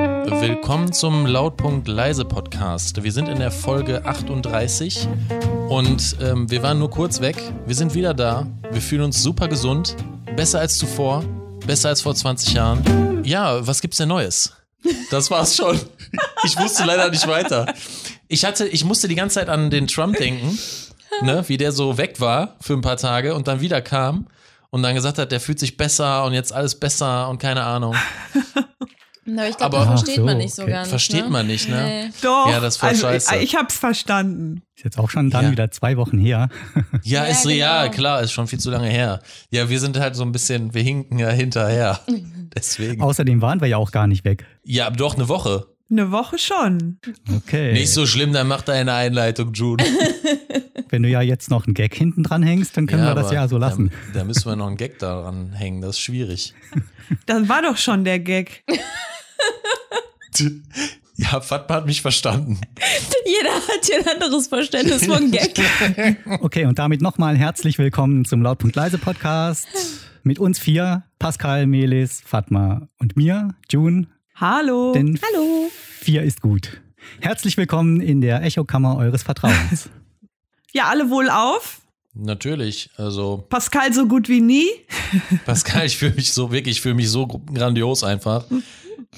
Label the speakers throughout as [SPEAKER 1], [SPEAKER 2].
[SPEAKER 1] Willkommen zum Lautpunkt Leise Podcast. Wir sind in der Folge 38 und ähm, wir waren nur kurz weg. Wir sind wieder da. Wir fühlen uns super gesund. Besser als zuvor. Besser als vor 20 Jahren. Ja, was gibt's denn Neues? Das war's schon. Ich wusste leider nicht weiter. Ich hatte, ich musste die ganze Zeit an den Trump denken, ne, wie der so weg war für ein paar Tage und dann wieder kam und dann gesagt hat, der fühlt sich besser und jetzt alles besser und keine Ahnung.
[SPEAKER 2] Na, ich glaube,
[SPEAKER 1] Aber-
[SPEAKER 2] das versteht
[SPEAKER 3] Ach so,
[SPEAKER 2] man nicht so
[SPEAKER 3] okay.
[SPEAKER 2] ganz.
[SPEAKER 1] Versteht
[SPEAKER 2] ne?
[SPEAKER 1] man nicht, ne?
[SPEAKER 2] Nee.
[SPEAKER 4] Doch.
[SPEAKER 1] Ja, das ist voll
[SPEAKER 4] also,
[SPEAKER 1] scheiße.
[SPEAKER 4] Ich, ich hab's verstanden.
[SPEAKER 3] Ist jetzt auch schon dann
[SPEAKER 1] Ja.
[SPEAKER 3] wieder zwei Wochen her.
[SPEAKER 1] Ja,
[SPEAKER 2] Ja,
[SPEAKER 1] ist so, ja,
[SPEAKER 2] genau.
[SPEAKER 1] klar, ist schon viel zu lange her. Ja, wir sind halt so ein bisschen, wir hinken ja hinterher. Deswegen.
[SPEAKER 3] Außerdem waren wir ja auch gar nicht weg.
[SPEAKER 1] Ja, doch eine Woche.
[SPEAKER 4] Eine Woche schon.
[SPEAKER 3] Okay.
[SPEAKER 1] Nicht so schlimm, dann mach deine Einleitung, June.
[SPEAKER 3] Wenn du ja jetzt noch einen Gag hinten dran hängst, dann können wir das
[SPEAKER 1] aber
[SPEAKER 3] ja so lassen.
[SPEAKER 1] Da, da müssen wir noch einen Gag daran hängen, das ist schwierig.
[SPEAKER 4] Das war doch schon der Gag.
[SPEAKER 1] Ja, Fatma hat mich verstanden.
[SPEAKER 2] Jeder hat hier ein anderes Verständnis von Gag.
[SPEAKER 3] Okay, und damit nochmal herzlich willkommen zum Lautpunkt Leise Podcast. Mit uns vier, Pascal, Melis, Fatma und mir, June.
[SPEAKER 4] Oh, Hallo.
[SPEAKER 3] Denn
[SPEAKER 2] Hallo.
[SPEAKER 3] vier ist gut. Herzlich willkommen in der Echokammer eures Vertrauens.
[SPEAKER 4] ja, alle wohl auf.
[SPEAKER 1] Natürlich, also
[SPEAKER 4] Pascal so gut wie nie.
[SPEAKER 1] Pascal, ich fühle mich so wirklich, ich fühle mich so grandios einfach.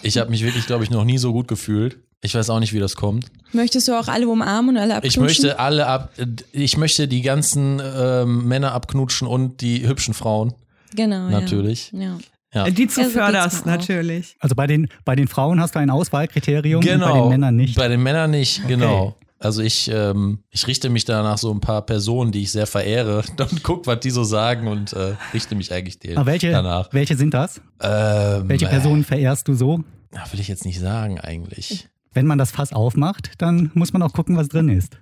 [SPEAKER 1] Ich habe mich wirklich, glaube ich, noch nie so gut gefühlt. Ich weiß auch nicht, wie das kommt.
[SPEAKER 2] Möchtest du auch alle umarmen und alle
[SPEAKER 1] Ich
[SPEAKER 2] abknutschen?
[SPEAKER 1] möchte alle ab, ich möchte die ganzen ähm, Männer abknutschen und die hübschen Frauen
[SPEAKER 3] Oh
[SPEAKER 2] Genau,
[SPEAKER 1] natürlich.
[SPEAKER 2] Ja. ja.
[SPEAKER 1] Ja.
[SPEAKER 4] Die zu
[SPEAKER 2] Ja, so geht's
[SPEAKER 4] förderst,
[SPEAKER 2] mir auch.
[SPEAKER 4] natürlich.
[SPEAKER 3] Also bei den, bei den Frauen hast du ein Auswahlkriterium und bei den Männern nicht.
[SPEAKER 1] Genau. Bei den Männern nicht, genau. Also ich, ähm, ich richte mich danach so ein paar Personen, die ich sehr verehre, dann guck, was die so sagen und äh, richte mich eigentlich denen
[SPEAKER 3] Aber Ah, welche,
[SPEAKER 1] danach.
[SPEAKER 3] welche sind das?
[SPEAKER 1] Ähm,
[SPEAKER 3] Welche Personen verehrst du so?
[SPEAKER 1] Äh, na, will ich jetzt nicht sagen eigentlich.
[SPEAKER 3] Wenn man das Fass aufmacht, dann muss man auch gucken, was drin ist.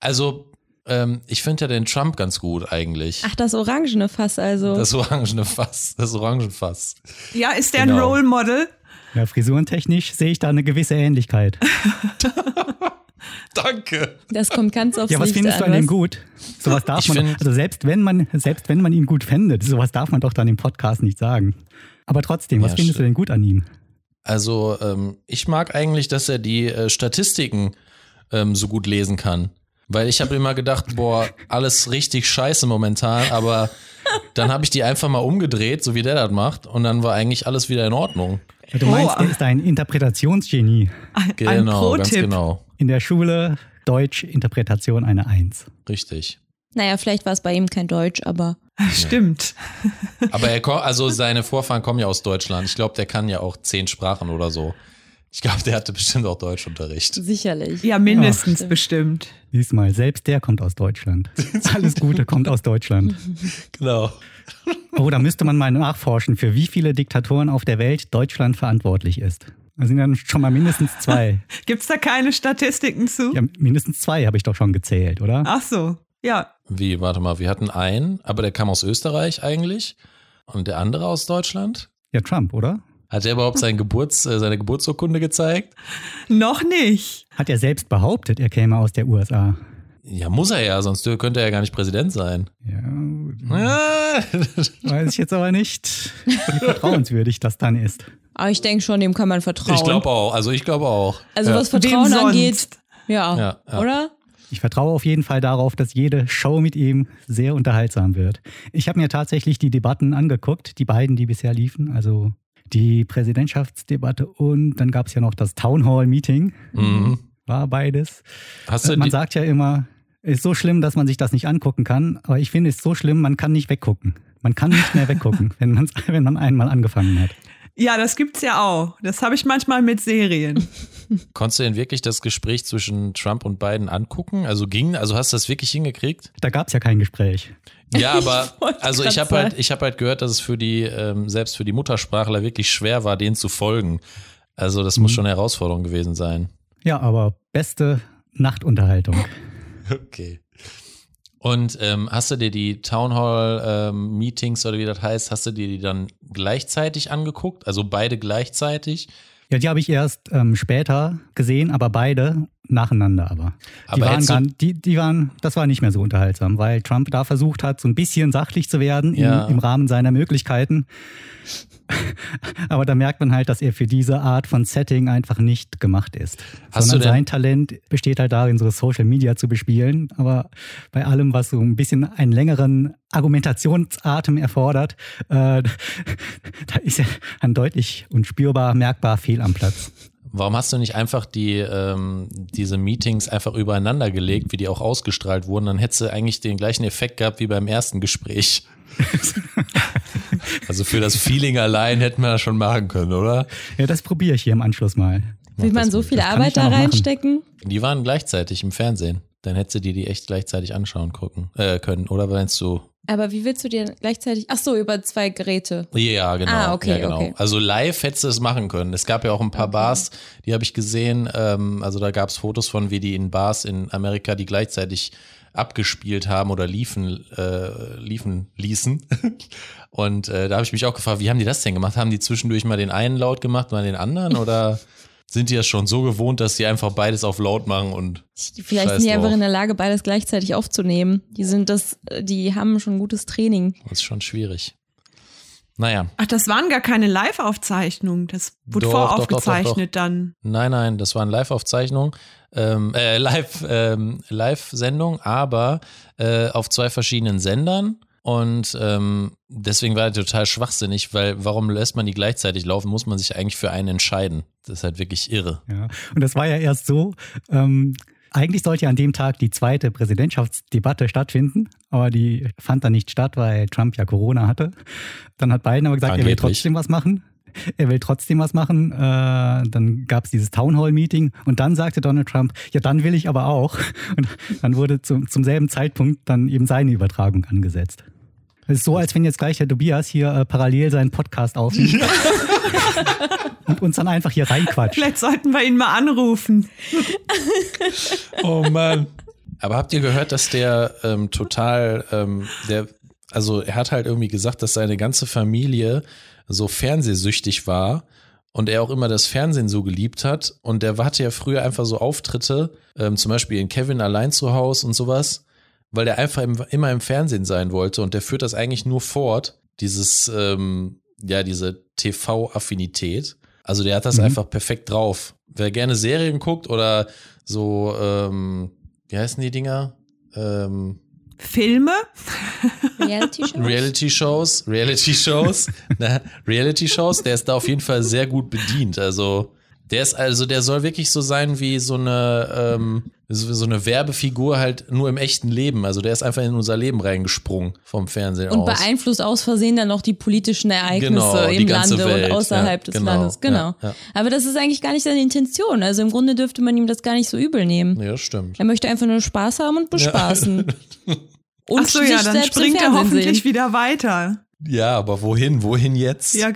[SPEAKER 1] Also ähm, ich finde ja den Trump ganz gut eigentlich.
[SPEAKER 2] Ach, das orangene Fass also.
[SPEAKER 1] Das orangene Fass, das Orangenfass.
[SPEAKER 4] Ja, ist der ein
[SPEAKER 1] Genau.
[SPEAKER 4] Role Model?
[SPEAKER 3] Ja, frisurentechnisch sehe ich da eine gewisse Ähnlichkeit.
[SPEAKER 1] Danke.
[SPEAKER 2] das kommt ganz aufs
[SPEAKER 3] Ja, was
[SPEAKER 2] Licht
[SPEAKER 3] findest du
[SPEAKER 2] an.
[SPEAKER 3] an dem
[SPEAKER 2] was?
[SPEAKER 3] gut? Sowas darf
[SPEAKER 1] Ich
[SPEAKER 3] man,
[SPEAKER 1] find-
[SPEAKER 3] also selbst wenn man, selbst wenn man ihn gut findet, sowas darf man doch dann im Podcast nicht sagen. Aber trotzdem, was
[SPEAKER 1] Ja,
[SPEAKER 3] findest du
[SPEAKER 1] stimmt.
[SPEAKER 3] denn gut an ihm?
[SPEAKER 1] Also ähm, ich mag eigentlich, dass er die äh, Statistiken ähm, so gut lesen kann. Weil ich habe immer gedacht, boah, alles richtig scheiße momentan, aber dann habe ich die einfach mal umgedreht, so wie der das macht, und dann war eigentlich alles wieder in Ordnung.
[SPEAKER 3] Also Du
[SPEAKER 4] Oh,
[SPEAKER 3] meinst, er
[SPEAKER 4] aber-
[SPEAKER 3] ist ein Interpretationsgenie.
[SPEAKER 1] Genau, ganz
[SPEAKER 4] Pro-Tipp.
[SPEAKER 1] genau.
[SPEAKER 3] In der Schule Deutsch Interpretation eine Eins.
[SPEAKER 1] Richtig.
[SPEAKER 2] Naja, vielleicht war es bei ihm kein Deutsch, aber
[SPEAKER 4] Stimmt.
[SPEAKER 1] Aber er ko- also seine Vorfahren kommen ja aus Deutschland. Ich glaube, der kann ja auch zehn Sprachen oder so. Ich glaube, der hatte bestimmt auch Deutschunterricht.
[SPEAKER 2] sicherlich.
[SPEAKER 4] Ja, mindestens
[SPEAKER 2] Ja.
[SPEAKER 4] bestimmt.
[SPEAKER 3] Diesmal, selbst der kommt aus Deutschland. Alles Gute kommt aus Deutschland.
[SPEAKER 1] Genau.
[SPEAKER 3] Oh, da müsste man mal nachforschen, für wie viele Diktatoren auf der Welt Deutschland verantwortlich ist. Da sind dann schon mal mindestens zwei.
[SPEAKER 4] Gibt's da keine Statistiken zu?
[SPEAKER 3] Ja, mindestens zwei habe ich doch schon gezählt, oder?
[SPEAKER 4] Ach so. Ja,
[SPEAKER 1] Wie, warte mal, wir hatten einen, aber der kam aus Österreich eigentlich. Und der andere aus Deutschland?
[SPEAKER 3] Ja, Trump, oder?
[SPEAKER 1] Hat er überhaupt sein Geburts, äh, seine Geburtsurkunde gezeigt?
[SPEAKER 4] noch nicht.
[SPEAKER 3] Hat er selbst behauptet, er käme aus der USA.
[SPEAKER 1] Ja, muss er ja, sonst könnte er ja gar nicht Präsident sein.
[SPEAKER 3] Ja,
[SPEAKER 1] Ah,
[SPEAKER 3] weiß ich jetzt aber nicht, wie vertrauenswürdig das dann ist.
[SPEAKER 2] Aber ich denke schon, dem kann man vertrauen.
[SPEAKER 1] Ich glaube auch, also ich glaube auch.
[SPEAKER 2] Also
[SPEAKER 1] ja.
[SPEAKER 2] was Vertrauen
[SPEAKER 4] Wem sonst?
[SPEAKER 2] angeht, ja,
[SPEAKER 1] Ja, ja.
[SPEAKER 2] oder?
[SPEAKER 3] Ich vertraue auf jeden Fall darauf, dass jede Show mit ihm sehr unterhaltsam wird. Ich habe mir tatsächlich die Debatten angeguckt, die beiden, die bisher liefen, also die Präsidentschaftsdebatte und dann gab es ja noch das Town Hall Meeting,
[SPEAKER 1] Mhm.
[SPEAKER 3] war beides.
[SPEAKER 1] Hast du
[SPEAKER 3] man
[SPEAKER 1] die,
[SPEAKER 3] sagt ja immer, ist so schlimm, dass man sich das nicht angucken kann, aber ich finde es ist so schlimm, man kann nicht weggucken. Man kann nicht mehr weggucken, wenn, man's, wenn man einmal angefangen hat.
[SPEAKER 4] Ja, das gibt's ja auch. Das habe ich manchmal mit Serien.
[SPEAKER 1] konntest du denn wirklich das Gespräch zwischen Trump und Biden angucken? Also ging, also hast du das wirklich hingekriegt?
[SPEAKER 3] Da gab es ja kein Gespräch.
[SPEAKER 1] Ja, aber
[SPEAKER 2] wollte
[SPEAKER 1] also ich
[SPEAKER 2] grad
[SPEAKER 1] habe halt,
[SPEAKER 2] sagen.
[SPEAKER 1] ich habe halt gehört, dass es für die ähm, selbst für die Muttersprachler wirklich schwer war, denen zu folgen. Also das muss schon eine Herausforderung gewesen sein.
[SPEAKER 3] Ja, aber beste Nachtunterhaltung.
[SPEAKER 1] Okay. Und ähm, hast du dir die Town Hall ähm, Meetings oder wie das heißt, hast du dir die dann gleichzeitig angeguckt? Also beide gleichzeitig?
[SPEAKER 3] Ja, die habe ich erst ähm, später gesehen, aber beide. nacheinander aber. Die
[SPEAKER 1] Aber
[SPEAKER 3] waren
[SPEAKER 1] hättest du-
[SPEAKER 3] gar, die, die waren, das war nicht mehr so unterhaltsam, weil Trump da versucht hat, so ein bisschen sachlich zu werden
[SPEAKER 1] Ja.
[SPEAKER 3] im, im Rahmen seiner Möglichkeiten. Aber da merkt man halt, dass er für diese Art von Setting einfach nicht gemacht ist.
[SPEAKER 1] Hast
[SPEAKER 3] Sondern
[SPEAKER 1] du denn-
[SPEAKER 3] sein Talent besteht halt darin, so Social Media zu bespielen. Aber bei allem, was so ein bisschen einen längeren Argumentationsatem erfordert, äh, da ist er dann deutlich und spürbar merkbar fehl am Platz.
[SPEAKER 1] Warum hast du nicht einfach die, ähm, diese Meetings einfach übereinander gelegt, wie die auch ausgestrahlt wurden? Dann hättest du eigentlich den gleichen Effekt gehabt wie beim ersten Gespräch. also für das Feeling allein hätten wir das schon machen können, oder?
[SPEAKER 3] Ja, das probiere ich hier im Anschluss mal.
[SPEAKER 2] Will man so viel
[SPEAKER 3] kann ich
[SPEAKER 2] Arbeit
[SPEAKER 3] ja
[SPEAKER 2] da
[SPEAKER 3] noch machen.
[SPEAKER 2] reinstecken?
[SPEAKER 1] Die waren gleichzeitig im Fernsehen. Dann hättest du dir die echt gleichzeitig anschauen gucken, äh, können. Oder meinst du?
[SPEAKER 2] Aber wie willst du dir gleichzeitig. Ach so, über zwei Geräte.
[SPEAKER 1] Ja, genau.
[SPEAKER 2] Ah, okay,
[SPEAKER 1] ja, genau.
[SPEAKER 2] okay.
[SPEAKER 1] Also live hättest du es machen können. Es gab ja auch ein paar Bars, die habe ich gesehen. Ähm, also da gab es Fotos von, wie die in Bars in Amerika, die gleichzeitig abgespielt haben oder liefen, äh, liefen ließen. Und äh, da habe ich mich auch gefragt, wie haben die das denn gemacht? Haben die zwischendurch mal den einen laut gemacht, mal den anderen? Oder sind die das schon so gewohnt, dass sie einfach beides auf laut machen und
[SPEAKER 2] Vielleicht
[SPEAKER 1] scheiß
[SPEAKER 2] sind die einfach
[SPEAKER 1] drauf?
[SPEAKER 2] in der Lage, beides gleichzeitig aufzunehmen. Die sind das, die haben schon gutes Training.
[SPEAKER 1] Das ist schon schwierig. Naja.
[SPEAKER 4] Ach, das waren gar keine Live-Aufzeichnungen. Das wurde
[SPEAKER 1] Doch, doch, doch, doch,
[SPEAKER 4] voraufgezeichnet dann.
[SPEAKER 1] Nein, nein, das waren Live-Aufzeichnungen, ähm, äh, Live, ähm, Live-Sendung, aber äh, auf zwei verschiedenen Sendern. Und ähm, deswegen war das total schwachsinnig, weil warum lässt man die gleichzeitig laufen, muss man sich eigentlich für einen entscheiden. Das ist halt wirklich irre.
[SPEAKER 3] Ja. Und das war ja erst so. Ähm, eigentlich sollte ja an dem Tag die zweite Präsidentschaftsdebatte stattfinden, aber die fand dann nicht statt, weil Trump ja Corona hatte. Dann hat Biden aber gesagt, er will
[SPEAKER 1] Angeblich.
[SPEAKER 3] trotzdem was machen. Er will trotzdem was machen. Äh, dann gab es dieses Town Hall-Meeting und dann sagte Donald Trump, ja, dann will ich aber auch. Und dann wurde zum, zum selben Zeitpunkt dann eben seine Übertragung angesetzt. Es ist so, als wenn jetzt gleich der Tobias hier äh, parallel seinen Podcast aufnimmt und uns dann einfach hier reinquatscht.
[SPEAKER 4] Vielleicht sollten wir ihn mal anrufen.
[SPEAKER 1] Oh Mann. Aber habt ihr gehört, dass der ähm, total, ähm, der, also er hat halt irgendwie gesagt, dass seine ganze Familie so fernsehsüchtig war und er auch immer das Fernsehen so geliebt hat. Und der hatte ja früher einfach so Auftritte, ähm, zum Beispiel in Kevin allein zu Haus und sowas, weil der einfach im, immer im Fernsehen sein wollte. Und der führt das eigentlich nur fort, dieses, ähm, ja, diese TV-Affinität. Also der hat das
[SPEAKER 3] Mhm.
[SPEAKER 1] einfach perfekt drauf. Wer gerne Serien guckt oder so, ähm, wie heißen die Dinger? Ähm,
[SPEAKER 4] Filme?
[SPEAKER 2] Reality-Show?
[SPEAKER 1] Reality-Shows, Reality-Shows, ne? Reality-Shows, der ist da auf jeden Fall sehr gut bedient. Also der ist also, der soll wirklich so sein wie so eine ähm, so so eine Werbefigur halt nur im echten Leben. Also der ist einfach in unser Leben reingesprungen vom Fernsehen
[SPEAKER 2] Und
[SPEAKER 1] aus.
[SPEAKER 2] beeinflusst aus Versehen dann noch die politischen Ereignisse
[SPEAKER 1] genau, die
[SPEAKER 2] im
[SPEAKER 1] ganze
[SPEAKER 2] Lande
[SPEAKER 1] Welt.
[SPEAKER 2] und außerhalb
[SPEAKER 1] ja,
[SPEAKER 2] des Landes. Genau.
[SPEAKER 1] Ja,
[SPEAKER 2] Aber das ist eigentlich gar nicht seine Intention. Also im Grunde dürfte man ihm das gar nicht so übel nehmen.
[SPEAKER 1] ja. ja, stimmt.
[SPEAKER 2] Er möchte einfach nur Spaß haben und bespaßen. Und
[SPEAKER 4] Ach so, ja,
[SPEAKER 2] sich
[SPEAKER 4] dann
[SPEAKER 2] selbst im
[SPEAKER 4] springt er
[SPEAKER 2] Fernsehen
[SPEAKER 4] hoffentlich
[SPEAKER 2] sehen.
[SPEAKER 4] wieder weiter.
[SPEAKER 1] Ja, aber wohin? Wohin jetzt?
[SPEAKER 4] Ja,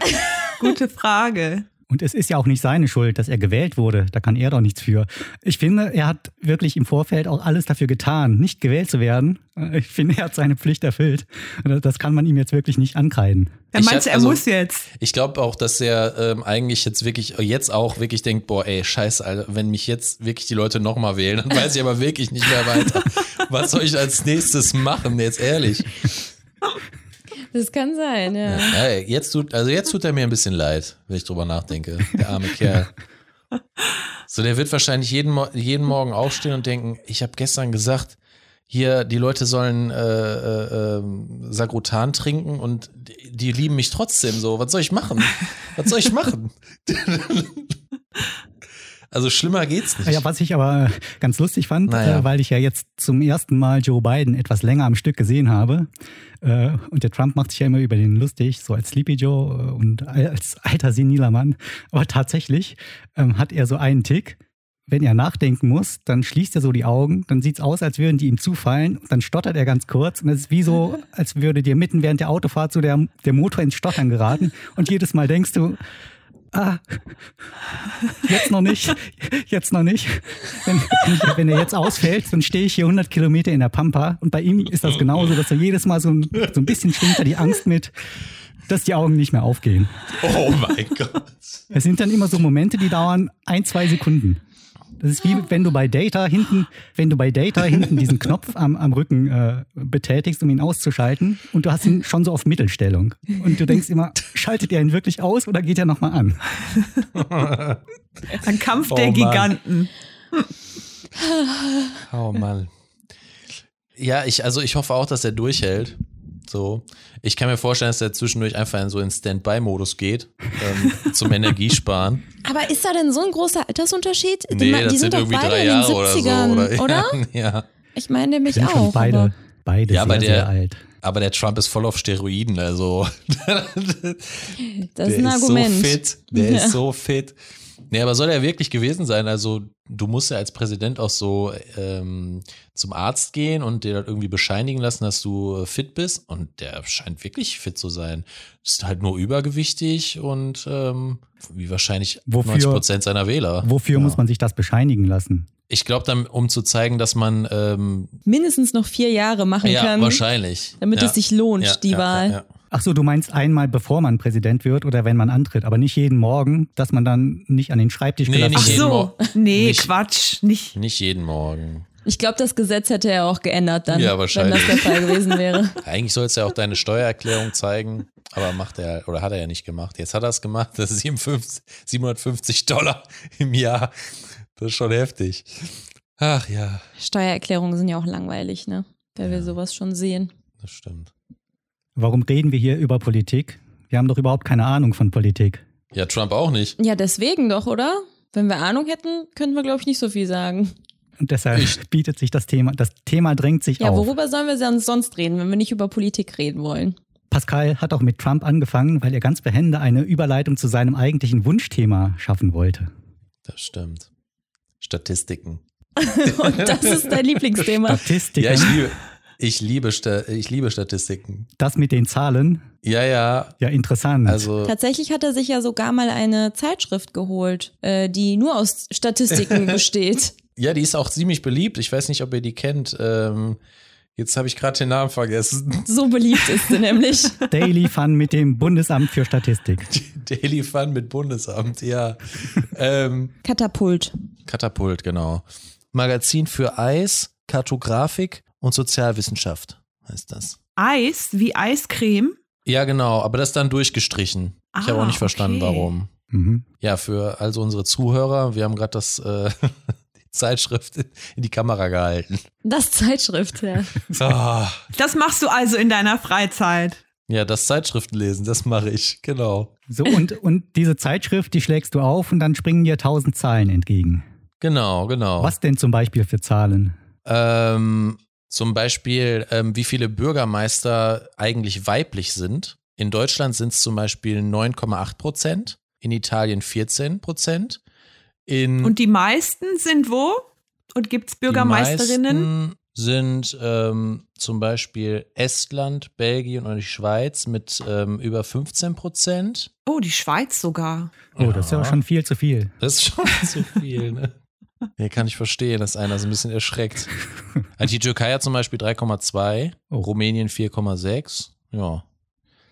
[SPEAKER 4] gute Frage.
[SPEAKER 3] Und es ist ja auch nicht seine Schuld, dass er gewählt wurde. Da kann er doch nichts für. Ich finde, er hat wirklich im Vorfeld auch alles dafür getan, nicht gewählt zu werden. Äh, Ich finde, er hat seine Pflicht erfüllt. Und Das kann man ihm jetzt wirklich nicht ankreiden.
[SPEAKER 4] Er
[SPEAKER 1] Ich
[SPEAKER 4] meint,
[SPEAKER 1] hab-
[SPEAKER 4] er
[SPEAKER 1] also-
[SPEAKER 4] muss jetzt.
[SPEAKER 1] Ich glaube auch, dass er ähm, eigentlich jetzt wirklich, jetzt auch wirklich denkt, boah, ey, scheiße, Alter, wenn mich jetzt wirklich die Leute nochmal wählen, dann weiß ich aber wirklich nicht mehr weiter. Was soll ich als nächstes machen, jetzt ehrlich?
[SPEAKER 2] Das kann sein, ja.
[SPEAKER 1] Ey, jetzt tut, also jetzt tut er mir ein bisschen leid, wenn ich drüber nachdenke, der arme Kerl. So, der wird wahrscheinlich jeden, Mo- jeden Morgen aufstehen und denken, ich habe gestern gesagt, hier, die Leute sollen äh, äh, ähm, Sagrotan trinken und die, die lieben mich trotzdem so. Was soll ich machen? Was soll ich machen? also schlimmer geht's nicht.
[SPEAKER 3] Ja, was ich aber äh, ganz lustig fand,
[SPEAKER 1] Naja.
[SPEAKER 3] äh, weil ich ja jetzt zum ersten Mal Joe Biden etwas länger am Stück gesehen habe. Äh, Und der Trump macht sich ja immer über den lustig, so als Sleepy Joe äh, und als alter seniler Mann. Aber tatsächlich ähm, hat er so einen Tick. Wenn er nachdenken muss, dann schließt er so die Augen, dann sieht's aus, als würden die ihm zufallen, dann stottert er ganz kurz und es ist wie so, als würde dir mitten während der Autofahrt so der, der Motor ins Stottern geraten und jedes Mal denkst du, ah, Jetzt noch nicht. Jetzt noch nicht. Wenn, wenn ich- wenn er jetzt ausfällt, dann stehe ich hier 100 Kilometer in der Pampa. Und bei ihm ist das genauso, dass er jedes Mal so ein, so ein bisschen schwingt da die Angst mit, dass die Augen nicht mehr aufgehen.
[SPEAKER 1] Oh mein Gott.
[SPEAKER 3] Es sind dann immer so Momente, die dauern ein, zwei Sekunden. Das ist wie wenn du bei Data hinten, wenn du bei Data hinten diesen Knopf am, am Rücken äh, betätigst, um ihn auszuschalten und du hast ihn schon so auf Mittelstellung. Und du denkst immer, schaltet er ihn wirklich aus oder geht er nochmal an?
[SPEAKER 4] Ein Kampf
[SPEAKER 1] Oh
[SPEAKER 4] der
[SPEAKER 1] Mann.
[SPEAKER 4] Giganten.
[SPEAKER 1] Oh Mann. Ja, ich, also ich hoffe auch, dass er durchhält. So. Ich kann mir vorstellen, dass er zwischendurch einfach in so in Standby-Modus geht, ähm, zum Energiesparen.
[SPEAKER 2] Aber ist da denn so ein großer Altersunterschied? Die,
[SPEAKER 1] Nee,
[SPEAKER 2] ma-
[SPEAKER 1] das
[SPEAKER 2] die
[SPEAKER 1] sind,
[SPEAKER 2] sind, doch
[SPEAKER 1] irgendwie
[SPEAKER 2] beide
[SPEAKER 1] drei
[SPEAKER 2] in den
[SPEAKER 1] Jahre oder so.
[SPEAKER 2] 70ern, oder?
[SPEAKER 1] Oder? Ja, ja.
[SPEAKER 2] Ich meine nämlich
[SPEAKER 3] Sind schon
[SPEAKER 2] auch.
[SPEAKER 3] beide,
[SPEAKER 2] aber-
[SPEAKER 3] beide
[SPEAKER 1] Ja,
[SPEAKER 3] sehr,
[SPEAKER 1] bei der-
[SPEAKER 3] sehr alt.
[SPEAKER 1] Aber der Trump ist voll auf Steroiden, also.
[SPEAKER 2] Das ist
[SPEAKER 1] der
[SPEAKER 2] ein Argument.
[SPEAKER 1] so fit. Der
[SPEAKER 2] Ja.
[SPEAKER 1] ist so fit. Nee, aber soll er wirklich gewesen sein? Also, du musst ja als Präsident auch so ähm, zum Arzt gehen und dir das irgendwie bescheinigen lassen, dass du äh, fit bist. Und der scheint wirklich fit zu sein. Ist halt nur übergewichtig und ähm, wie wahrscheinlich
[SPEAKER 3] Wofür-
[SPEAKER 1] 90 Prozent seiner Wähler.
[SPEAKER 3] Wofür muss man sich das bescheinigen lassen?
[SPEAKER 1] Ich glaube, dann, um zu zeigen, dass man. Ähm,
[SPEAKER 2] Mindestens noch vier Jahre machen
[SPEAKER 1] ja,
[SPEAKER 2] kann,
[SPEAKER 1] wahrscheinlich.
[SPEAKER 2] damit
[SPEAKER 1] ja.
[SPEAKER 2] es sich lohnt, die Wahl.
[SPEAKER 1] Ja,
[SPEAKER 3] Ach so, du meinst einmal, bevor man Präsident wird oder wenn man antritt, aber nicht jeden Morgen, dass man dann nicht an den Schreibtisch
[SPEAKER 1] Nee,
[SPEAKER 3] gelassen
[SPEAKER 1] nicht
[SPEAKER 4] Ach
[SPEAKER 3] wird.
[SPEAKER 1] jeden
[SPEAKER 4] so.
[SPEAKER 1] Morgen.
[SPEAKER 4] Nee,
[SPEAKER 1] Nicht-
[SPEAKER 4] Quatsch. Nicht.
[SPEAKER 1] ja. Nicht jeden Morgen.
[SPEAKER 2] Ich glaube, das Gesetz hätte er auch geändert dann,
[SPEAKER 1] Ja,
[SPEAKER 2] wenn
[SPEAKER 1] wahrscheinlich.
[SPEAKER 2] das der Fall gewesen wäre.
[SPEAKER 1] Eigentlich soll es ja auch deine Steuererklärung zeigen, aber macht er oder hat er ja nicht gemacht. Jetzt hat er es gemacht. Das ist 57 750 Dollar im Jahr. Das ist schon heftig. Ach ja,
[SPEAKER 2] Steuererklärungen sind ja auch langweilig, ne? Weil wir
[SPEAKER 1] Ja.
[SPEAKER 2] sowas schon sehen.
[SPEAKER 1] das stimmt.
[SPEAKER 3] Warum reden wir hier über Politik? Wir haben doch überhaupt keine Ahnung von Politik.
[SPEAKER 1] Ja, Trump auch nicht.
[SPEAKER 2] Ja, deswegen doch, oder? Wenn wir Ahnung hätten, könnten wir, glaube ich, nicht so viel sagen.
[SPEAKER 3] Und deshalb bietet sich das Thema, das Thema drängt sich
[SPEAKER 2] Ja,
[SPEAKER 3] auf.
[SPEAKER 2] worüber sollen wir sonst- sonst reden, wenn wir nicht über Politik reden wollen?
[SPEAKER 3] Pascal hat auch mit Trump angefangen, weil er ganz behende eine Überleitung zu seinem eigentlichen Wunschthema schaffen wollte.
[SPEAKER 1] Das stimmt. Statistiken.
[SPEAKER 2] Und das ist dein Lieblingsthema.
[SPEAKER 3] Statistik,
[SPEAKER 1] Ja, ich liebe, ich liebe, Sta- ich liebe Statistiken.
[SPEAKER 3] das mit den Zahlen,
[SPEAKER 1] Ja, ja.
[SPEAKER 3] ja interessant.
[SPEAKER 1] Also,
[SPEAKER 2] Tatsächlich hat er sich ja sogar mal eine Zeitschrift geholt, äh, die nur aus Statistiken besteht.
[SPEAKER 1] ja, die ist auch ziemlich beliebt. Ich weiß nicht, ob ihr die kennt. Ähm, jetzt habe ich gerade den Namen vergessen.
[SPEAKER 2] So beliebt ist sie nämlich.
[SPEAKER 3] Daily Fun mit dem Bundesamt für Statistik.
[SPEAKER 1] Daily Fun mit Bundesamt, ja. ähm,
[SPEAKER 2] Katapult.
[SPEAKER 1] Katapult, genau. Magazin für Eis, Kartografik und Sozialwissenschaft heißt das.
[SPEAKER 4] Eis wie Eiscreme.
[SPEAKER 1] Ja, genau, aber das dann durchgestrichen. ich habe
[SPEAKER 4] Ah,
[SPEAKER 1] auch nicht verstanden,
[SPEAKER 4] okay.
[SPEAKER 1] warum.
[SPEAKER 3] Mhm.
[SPEAKER 1] Ja, für also unsere Zuhörer, wir haben gerade das äh, die Zeitschrift in die Kamera gehalten.
[SPEAKER 2] Das Zeitschrift, ja.
[SPEAKER 1] Ah,
[SPEAKER 4] Das machst du also in deiner Freizeit.
[SPEAKER 1] ja, das Zeitschriftenlesen, das mache ich, genau.
[SPEAKER 3] So, und, und diese Zeitschrift, die schlägst du auf und dann springen dir tausend Zahlen entgegen.
[SPEAKER 1] Genau, genau.
[SPEAKER 3] Was denn zum Beispiel für Zahlen?
[SPEAKER 1] Ähm, zum Beispiel, ähm, wie viele Bürgermeister eigentlich weiblich sind. In Deutschland sind es zum Beispiel 9,8 Prozent, in Italien 14 Prozent. In
[SPEAKER 4] Und die meisten sind wo? Und gibt's
[SPEAKER 1] Hm. die
[SPEAKER 4] Bürgermeisterinnen?
[SPEAKER 1] meisten sind ähm, zum Beispiel Estland, Belgien und die Schweiz mit ähm, über 15 Prozent.
[SPEAKER 4] Oh, die Schweiz sogar.
[SPEAKER 3] Oh, das ist ja schon viel zu viel.
[SPEAKER 1] Das ist schon zu viel, ne? Nee, kann ich verstehen, dass einer so ein bisschen erschreckt. Also die Türkei hat zum Beispiel 3,2,
[SPEAKER 3] Oh.
[SPEAKER 1] Rumänien 4,6. Ja.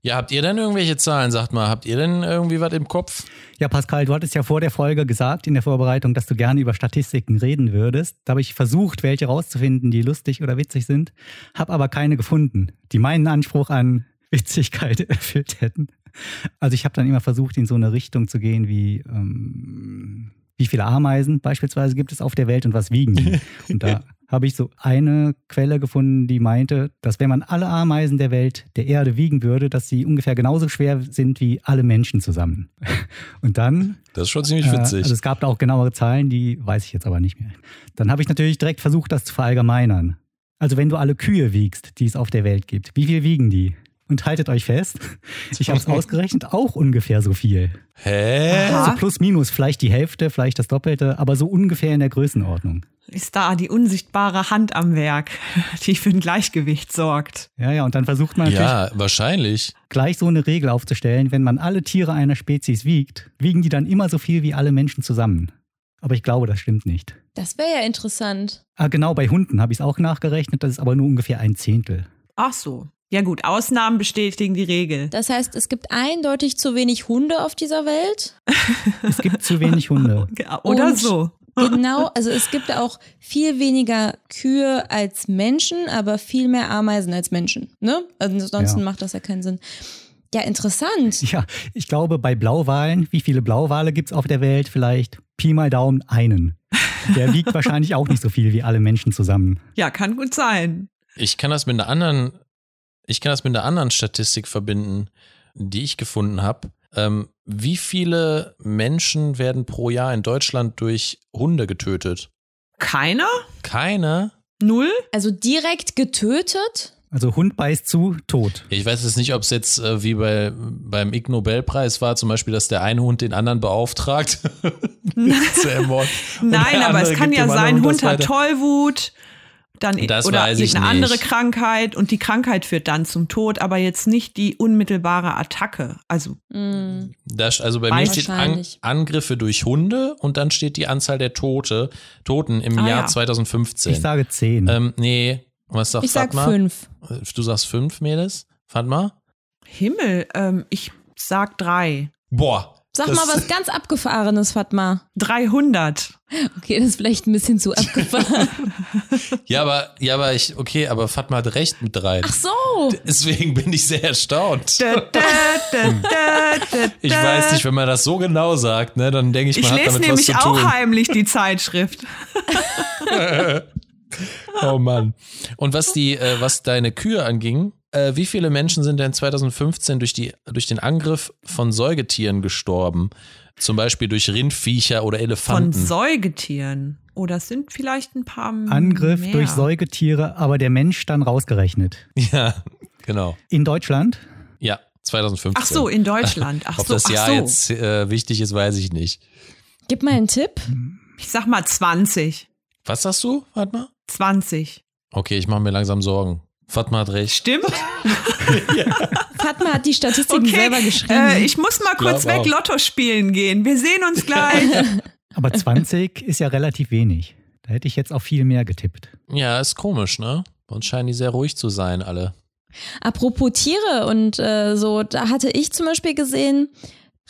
[SPEAKER 1] Ja, habt ihr denn irgendwelche Zahlen? Sagt mal, habt ihr denn irgendwie was im Kopf?
[SPEAKER 3] Ja, Pascal, du hattest ja vor der Folge gesagt in der Vorbereitung, dass du gerne über Statistiken reden würdest. Da habe ich versucht, welche rauszufinden, die lustig oder witzig sind, habe aber keine gefunden, die meinen Anspruch an Witzigkeit erfüllt hätten. Also ich habe dann immer versucht, in so eine Richtung zu gehen wie, ähm, wie viele Ameisen beispielsweise gibt es auf der Welt und was wiegen die? Und da habe ich so eine Quelle gefunden, die meinte, dass wenn man alle Ameisen der Welt, der Erde wiegen würde, dass sie ungefähr genauso schwer sind wie alle Menschen zusammen. Und dann
[SPEAKER 1] Das ist schon ziemlich
[SPEAKER 3] äh,
[SPEAKER 1] witzig.
[SPEAKER 3] Also es gab da auch genauere Zahlen, die weiß ich jetzt aber nicht mehr. Dann habe ich natürlich direkt versucht, das zu verallgemeinern. Also wenn du alle Kühe wiegst, die es auf der Welt gibt, wie viel wiegen die? Und haltet euch fest, ich habe es ausgerechnet, auch ungefähr so viel.
[SPEAKER 1] Hä?
[SPEAKER 4] Aha.
[SPEAKER 3] Also plus minus, vielleicht die Hälfte, vielleicht das Doppelte, aber so ungefähr in der Größenordnung.
[SPEAKER 4] Ist da die unsichtbare Hand am Werk, die für ein Gleichgewicht sorgt.
[SPEAKER 3] Ja, ja, und dann versucht man natürlich
[SPEAKER 1] Ja, wahrscheinlich.
[SPEAKER 3] gleich so eine Regel aufzustellen, wenn man alle Tiere einer Spezies wiegt, wiegen die dann immer so viel wie alle Menschen zusammen. Aber ich glaube, das stimmt nicht.
[SPEAKER 2] Das wäre ja interessant.
[SPEAKER 3] Ah, genau, bei Hunden habe ich es auch nachgerechnet, das ist aber nur ungefähr ein Zehntel.
[SPEAKER 4] Ach so. Ja gut, Ausnahmen bestätigen die Regel.
[SPEAKER 2] Das heißt, es gibt eindeutig zu wenig Hunde auf dieser Welt.
[SPEAKER 3] Es gibt zu wenig Hunde.
[SPEAKER 4] Ja, Oder
[SPEAKER 2] Und-
[SPEAKER 4] so.
[SPEAKER 2] Genau, also es gibt auch viel weniger Kühe als Menschen, aber viel mehr Ameisen als Menschen. Ne? Also ansonsten
[SPEAKER 3] Ja.
[SPEAKER 2] macht das ja keinen Sinn. Ja, interessant.
[SPEAKER 3] Ja, ich glaube, bei Blauwalen, wie viele Blauwale gibt es auf der Welt? Vielleicht Pi mal Daumen einen. Der wiegt wahrscheinlich auch nicht so viel wie alle Menschen zusammen.
[SPEAKER 4] Ja, kann gut sein.
[SPEAKER 1] Ich kann das mit einer anderen, ich kann das mit einer anderen Statistik verbinden, die ich gefunden habe. Ähm, wie viele Menschen werden pro Jahr in Deutschland durch Hunde getötet?
[SPEAKER 4] Keiner?
[SPEAKER 1] Keine.
[SPEAKER 4] Null?
[SPEAKER 2] Also direkt getötet?
[SPEAKER 3] Also Hund beißt zu, tot.
[SPEAKER 1] Ich weiß jetzt nicht, ob es jetzt äh, wie bei, beim Ig Nobelpreis war, zum Beispiel, dass der eine Hund den anderen beauftragt, nicht zu ermorden. Und
[SPEAKER 4] Nein,
[SPEAKER 1] der
[SPEAKER 4] aber es
[SPEAKER 1] andere
[SPEAKER 4] kann
[SPEAKER 1] gibt
[SPEAKER 4] ja
[SPEAKER 1] dem anderen
[SPEAKER 4] sein,
[SPEAKER 1] das
[SPEAKER 4] Hund hat
[SPEAKER 1] weiter.
[SPEAKER 4] Tollwut, dann e-
[SPEAKER 1] Das
[SPEAKER 4] oder
[SPEAKER 1] weiß ich
[SPEAKER 4] irgendeine andere
[SPEAKER 1] nicht.
[SPEAKER 4] Krankheit und die Krankheit führt dann zum Tod, aber jetzt nicht die unmittelbare Attacke. Also
[SPEAKER 2] Hm.
[SPEAKER 1] Das, also bei mir
[SPEAKER 4] Weiß-
[SPEAKER 1] steht An
[SPEAKER 2] Wahrscheinlich.
[SPEAKER 1] Angriffe durch Hunde und dann steht die Anzahl der Tote, Toten im
[SPEAKER 4] Ah,
[SPEAKER 1] Jahr
[SPEAKER 4] ja.
[SPEAKER 3] Ich
[SPEAKER 1] 2015.
[SPEAKER 3] sage zehn.
[SPEAKER 1] ähm, nee, was sagt
[SPEAKER 2] Ich sag
[SPEAKER 1] Fatma?
[SPEAKER 2] fünf.
[SPEAKER 1] Du sagst fünf, Mädels? Fatma?
[SPEAKER 4] Himmel, ähm, ich sag drei.
[SPEAKER 1] Boah.
[SPEAKER 2] Sag
[SPEAKER 1] das-
[SPEAKER 2] mal was ganz Abgefahrenes, Fatma.
[SPEAKER 4] 300.
[SPEAKER 2] Okay, das ist vielleicht ein bisschen zu abgefahren.
[SPEAKER 1] Ja, aber, ja, aber ich, okay, aber Fatma hat recht mit drei.
[SPEAKER 2] Ach so.
[SPEAKER 1] Deswegen bin ich sehr erstaunt.
[SPEAKER 4] Da, da, da, da, da,
[SPEAKER 1] Ich
[SPEAKER 4] da.
[SPEAKER 1] weiß nicht, wenn man das so genau sagt, ne, dann denke ich, man
[SPEAKER 4] Ich
[SPEAKER 1] hat
[SPEAKER 4] lese
[SPEAKER 1] damit was zu
[SPEAKER 4] nämlich auch
[SPEAKER 1] tun.
[SPEAKER 4] heimlich die Zeitschrift.
[SPEAKER 1] Oh Mann. Und was die, äh, was deine Kühe anging, äh, wie viele Menschen sind denn 2015 durch, die, durch den Angriff von Säugetieren gestorben? Zum Beispiel durch Rindviecher oder
[SPEAKER 4] Von
[SPEAKER 1] Elefanten.
[SPEAKER 4] Säugetieren. Oh, das sind vielleicht ein paar
[SPEAKER 3] Angriff
[SPEAKER 4] mehr.
[SPEAKER 3] durch Säugetiere, aber der Mensch dann rausgerechnet.
[SPEAKER 1] ja, genau.
[SPEAKER 3] In Deutschland?
[SPEAKER 1] Ja, 2015.
[SPEAKER 4] Ach so, in Deutschland. Ach
[SPEAKER 1] Ob
[SPEAKER 4] so,
[SPEAKER 1] das Jahr
[SPEAKER 4] ach so.
[SPEAKER 1] jetzt äh, wichtig ist, weiß ich nicht.
[SPEAKER 2] Gib mal einen Tipp.
[SPEAKER 4] Ich sag mal 20.
[SPEAKER 1] Was sagst du? Warte mal.
[SPEAKER 4] 20.
[SPEAKER 1] Okay, ich mache mir langsam Sorgen. Fatma hat recht.
[SPEAKER 4] Stimmt?
[SPEAKER 2] Fatma hat die Statistiken
[SPEAKER 4] Okay.
[SPEAKER 2] selber geschrieben.
[SPEAKER 4] Äh, ich muss mal
[SPEAKER 1] glaub
[SPEAKER 4] kurz weg
[SPEAKER 1] auch.
[SPEAKER 4] Lotto spielen gehen. Wir sehen uns gleich.
[SPEAKER 3] Aber 20 ist ja relativ wenig. Da hätte ich jetzt auf viel mehr getippt.
[SPEAKER 1] Ja, ist komisch, ne? Bei uns scheinen die sehr ruhig zu sein, alle.
[SPEAKER 2] Apropos Tiere und äh, so, da hatte ich zum Beispiel gesehen,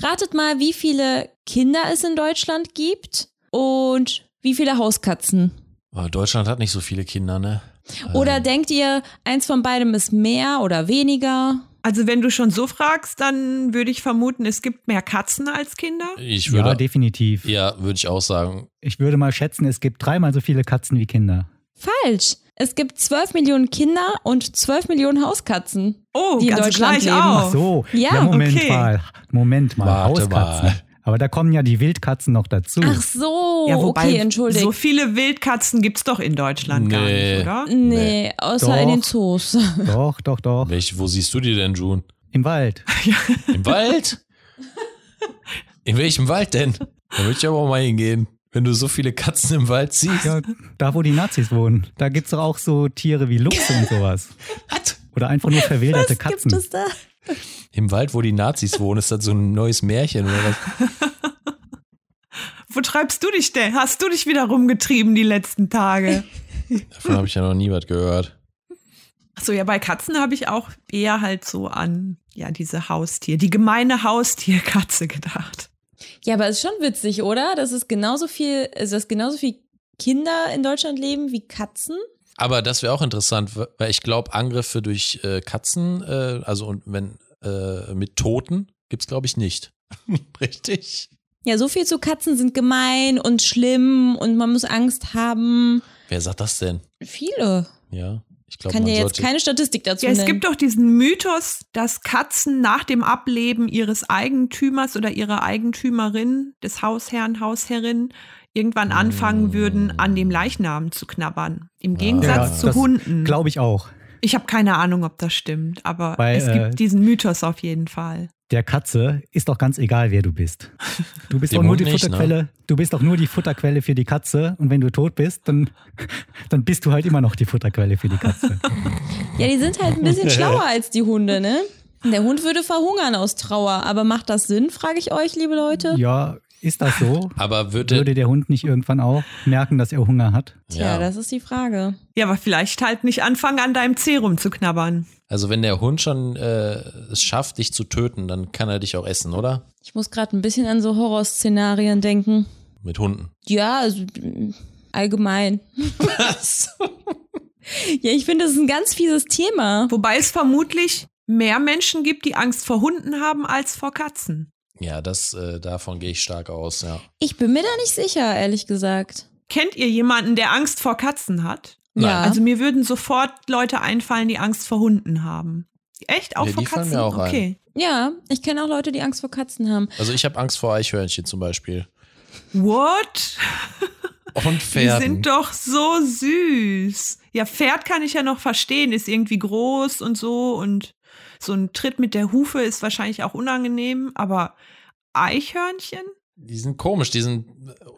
[SPEAKER 2] ratet mal, wie viele Kinder es in Deutschland gibt und wie viele Hauskatzen.
[SPEAKER 1] Aber Deutschland hat nicht so viele Kinder, ne?
[SPEAKER 2] Oder
[SPEAKER 1] Ähm,
[SPEAKER 2] denkt ihr, eins von beidem ist mehr oder weniger?
[SPEAKER 4] Also wenn du schon so fragst, dann würde ich vermuten, es gibt mehr Katzen als Kinder.
[SPEAKER 1] ich
[SPEAKER 3] ja,
[SPEAKER 1] würde.
[SPEAKER 3] definitiv.
[SPEAKER 1] Ja, würde ich auch sagen.
[SPEAKER 3] Ich würde mal schätzen, es gibt dreimal so viele Katzen wie Kinder.
[SPEAKER 2] Falsch. Es gibt 12 Millionen Kinder und 12 Millionen Hauskatzen.
[SPEAKER 4] Oh,
[SPEAKER 2] Die in
[SPEAKER 4] also
[SPEAKER 2] Deutschland
[SPEAKER 4] gleich
[SPEAKER 2] leben.
[SPEAKER 4] auch.
[SPEAKER 3] Ach
[SPEAKER 2] Oh.
[SPEAKER 3] so.
[SPEAKER 2] Ja,
[SPEAKER 3] Moment
[SPEAKER 4] okay.
[SPEAKER 3] mal. Moment mal.
[SPEAKER 1] Warte
[SPEAKER 3] Hauskatzen.
[SPEAKER 1] mal.
[SPEAKER 3] Aber da kommen ja die Wildkatzen noch dazu.
[SPEAKER 2] Ach so,
[SPEAKER 4] Ja, wobei,
[SPEAKER 2] Oh, okay, entschuldigt.
[SPEAKER 4] So viele Wildkatzen gibt es doch in Deutschland gar
[SPEAKER 1] Nee.
[SPEAKER 4] nicht, oder?
[SPEAKER 2] nee, außer
[SPEAKER 3] Doch.
[SPEAKER 2] in den Zoos.
[SPEAKER 3] Doch, doch, doch.
[SPEAKER 1] Welch, wo siehst du die denn, June?
[SPEAKER 3] Im Wald.
[SPEAKER 1] Im Wald? In welchem Wald denn? Da würde ich aber auch mal hingehen, wenn du so viele Katzen im Wald siehst.
[SPEAKER 3] Ja, da, wo die Nazis wohnen. Da gibt es doch auch so Tiere wie Luchse und sowas.
[SPEAKER 1] Was?
[SPEAKER 3] Oder einfach nur verwilderte Katzen.
[SPEAKER 2] Gibt es da?
[SPEAKER 1] Im Wald, wo die Nazis wohnen, ist das so ein neues Märchen oder was?
[SPEAKER 4] Wo treibst du dich denn? Hast du dich wieder rumgetrieben die letzten Tage?
[SPEAKER 1] Davon habe ich ja noch nie was gehört.
[SPEAKER 4] Ach so, ja, bei Katzen habe ich auch eher halt so an, ja, diese Haustier, die gemeine Haustierkatze gedacht.
[SPEAKER 2] Ja, aber ist schon witzig, oder? Dass es genauso viel, also dass genauso viel Kinder in Deutschland leben wie Katzen.
[SPEAKER 1] Aber das wäre auch interessant, weil ich glaube, Angriffe durch äh, Katzen, äh, also und wenn äh, mit Toten, gibt's glaube ich nicht. Richtig?
[SPEAKER 2] Ja, so viel zu Katzen sind gemein und schlimm und man muss Angst haben.
[SPEAKER 1] Wer sagt das denn?
[SPEAKER 2] Viele.
[SPEAKER 1] Ja, ich glaube,
[SPEAKER 2] Kann
[SPEAKER 1] man
[SPEAKER 2] dir jetzt
[SPEAKER 1] sollte.
[SPEAKER 2] keine Statistik dazu
[SPEAKER 4] Ja, es
[SPEAKER 2] nennen.
[SPEAKER 4] gibt doch diesen Mythos, dass Katzen nach dem Ableben ihres Eigentümers oder ihrer Eigentümerin, des Hausherrn, Hausherrin, irgendwann anfangen würden, an dem Leichnam zu knabbern. Im Gegensatz
[SPEAKER 3] Ja,
[SPEAKER 4] zu
[SPEAKER 3] das
[SPEAKER 4] Hunden.
[SPEAKER 3] Glaube ich auch.
[SPEAKER 4] Ich habe keine Ahnung, ob das stimmt, aber
[SPEAKER 3] Weil,
[SPEAKER 4] es
[SPEAKER 3] äh,
[SPEAKER 4] gibt diesen Mythos auf jeden Fall.
[SPEAKER 3] Der Katze ist doch ganz egal, wer du bist. Du bist
[SPEAKER 1] Dem
[SPEAKER 3] doch nur
[SPEAKER 1] Hund
[SPEAKER 3] die
[SPEAKER 1] nicht, ne?
[SPEAKER 3] Futterquelle. Du bist doch nur die Futterquelle für die Katze. Und wenn du tot bist, dann, dann bist du halt immer noch die Futterquelle für die Katze.
[SPEAKER 2] ja, die sind halt ein bisschen schlauer als die Hunde, ne? Der Hund würde verhungern aus Trauer. Aber macht das Sinn, frage ich euch, liebe Leute?
[SPEAKER 3] ja, ist das so?
[SPEAKER 1] Aber würde,
[SPEAKER 3] Würde der Hund nicht irgendwann auch merken, dass er Hunger hat?
[SPEAKER 2] Tja,
[SPEAKER 1] ja.
[SPEAKER 2] das ist die Frage.
[SPEAKER 4] Ja, aber vielleicht halt nicht anfangen, an deinem Zerum zu knabbern.
[SPEAKER 1] also wenn der Hund schon äh, es schafft, dich zu töten, dann kann er dich auch essen, oder?
[SPEAKER 2] Ich muss gerade ein bisschen an so Horrorszenarien denken.
[SPEAKER 1] mit Hunden?
[SPEAKER 2] Ja, also, allgemein.
[SPEAKER 1] Was?
[SPEAKER 2] Ja, ich finde, das ist ein ganz fieses Thema.
[SPEAKER 4] Wobei es vermutlich mehr Menschen gibt, die Angst vor Hunden haben als vor Katzen.
[SPEAKER 1] Ja, das, äh, davon gehe ich stark aus, ja.
[SPEAKER 2] Ich bin mir da nicht sicher, ehrlich gesagt.
[SPEAKER 4] Kennt ihr jemanden, der Angst vor Katzen hat?
[SPEAKER 1] Nein.
[SPEAKER 2] Ja.
[SPEAKER 4] Also mir würden sofort Leute einfallen, die Angst vor Hunden haben. Echt? Auch
[SPEAKER 1] Ja,
[SPEAKER 4] vor
[SPEAKER 1] die fallen
[SPEAKER 4] Katzen?
[SPEAKER 1] mir auch ein.
[SPEAKER 4] okay.
[SPEAKER 2] ja, ich kenne auch Leute, die Angst vor Katzen haben.
[SPEAKER 1] Also ich habe Angst vor Eichhörnchen zum Beispiel.
[SPEAKER 4] What?
[SPEAKER 1] Und Pferden.
[SPEAKER 4] Die sind doch so süß. Ja, Pferd kann ich ja noch verstehen, ist irgendwie groß und so und so ein Tritt mit der Hufe ist wahrscheinlich auch unangenehm, aber Eichhörnchen?
[SPEAKER 1] die sind komisch, die sind,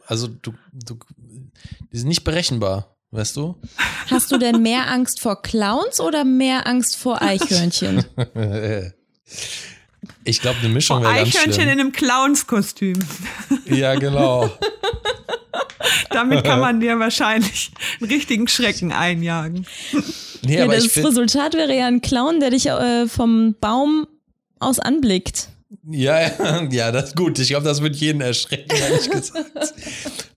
[SPEAKER 1] also du, du, die sind nicht berechenbar, weißt du?
[SPEAKER 2] Hast du denn mehr Angst vor Clowns oder mehr Angst vor Eichhörnchen?
[SPEAKER 1] Ich glaube, eine Mischung wäre ganz
[SPEAKER 4] Oh, Eichhörnchen
[SPEAKER 1] schlimm.
[SPEAKER 4] in einem Clownskostüm.
[SPEAKER 1] Ja, genau.
[SPEAKER 4] Damit kann man dir wahrscheinlich einen richtigen Schrecken einjagen.
[SPEAKER 1] Nee,
[SPEAKER 2] Ja,
[SPEAKER 1] aber ich
[SPEAKER 2] das
[SPEAKER 1] find,
[SPEAKER 2] Resultat wäre ja ein Clown, der dich äh, vom Baum aus anblickt.
[SPEAKER 1] ja, ja, ja, das ist gut. Ich glaube, das wird jeden erschrecken, ehrlich gesagt.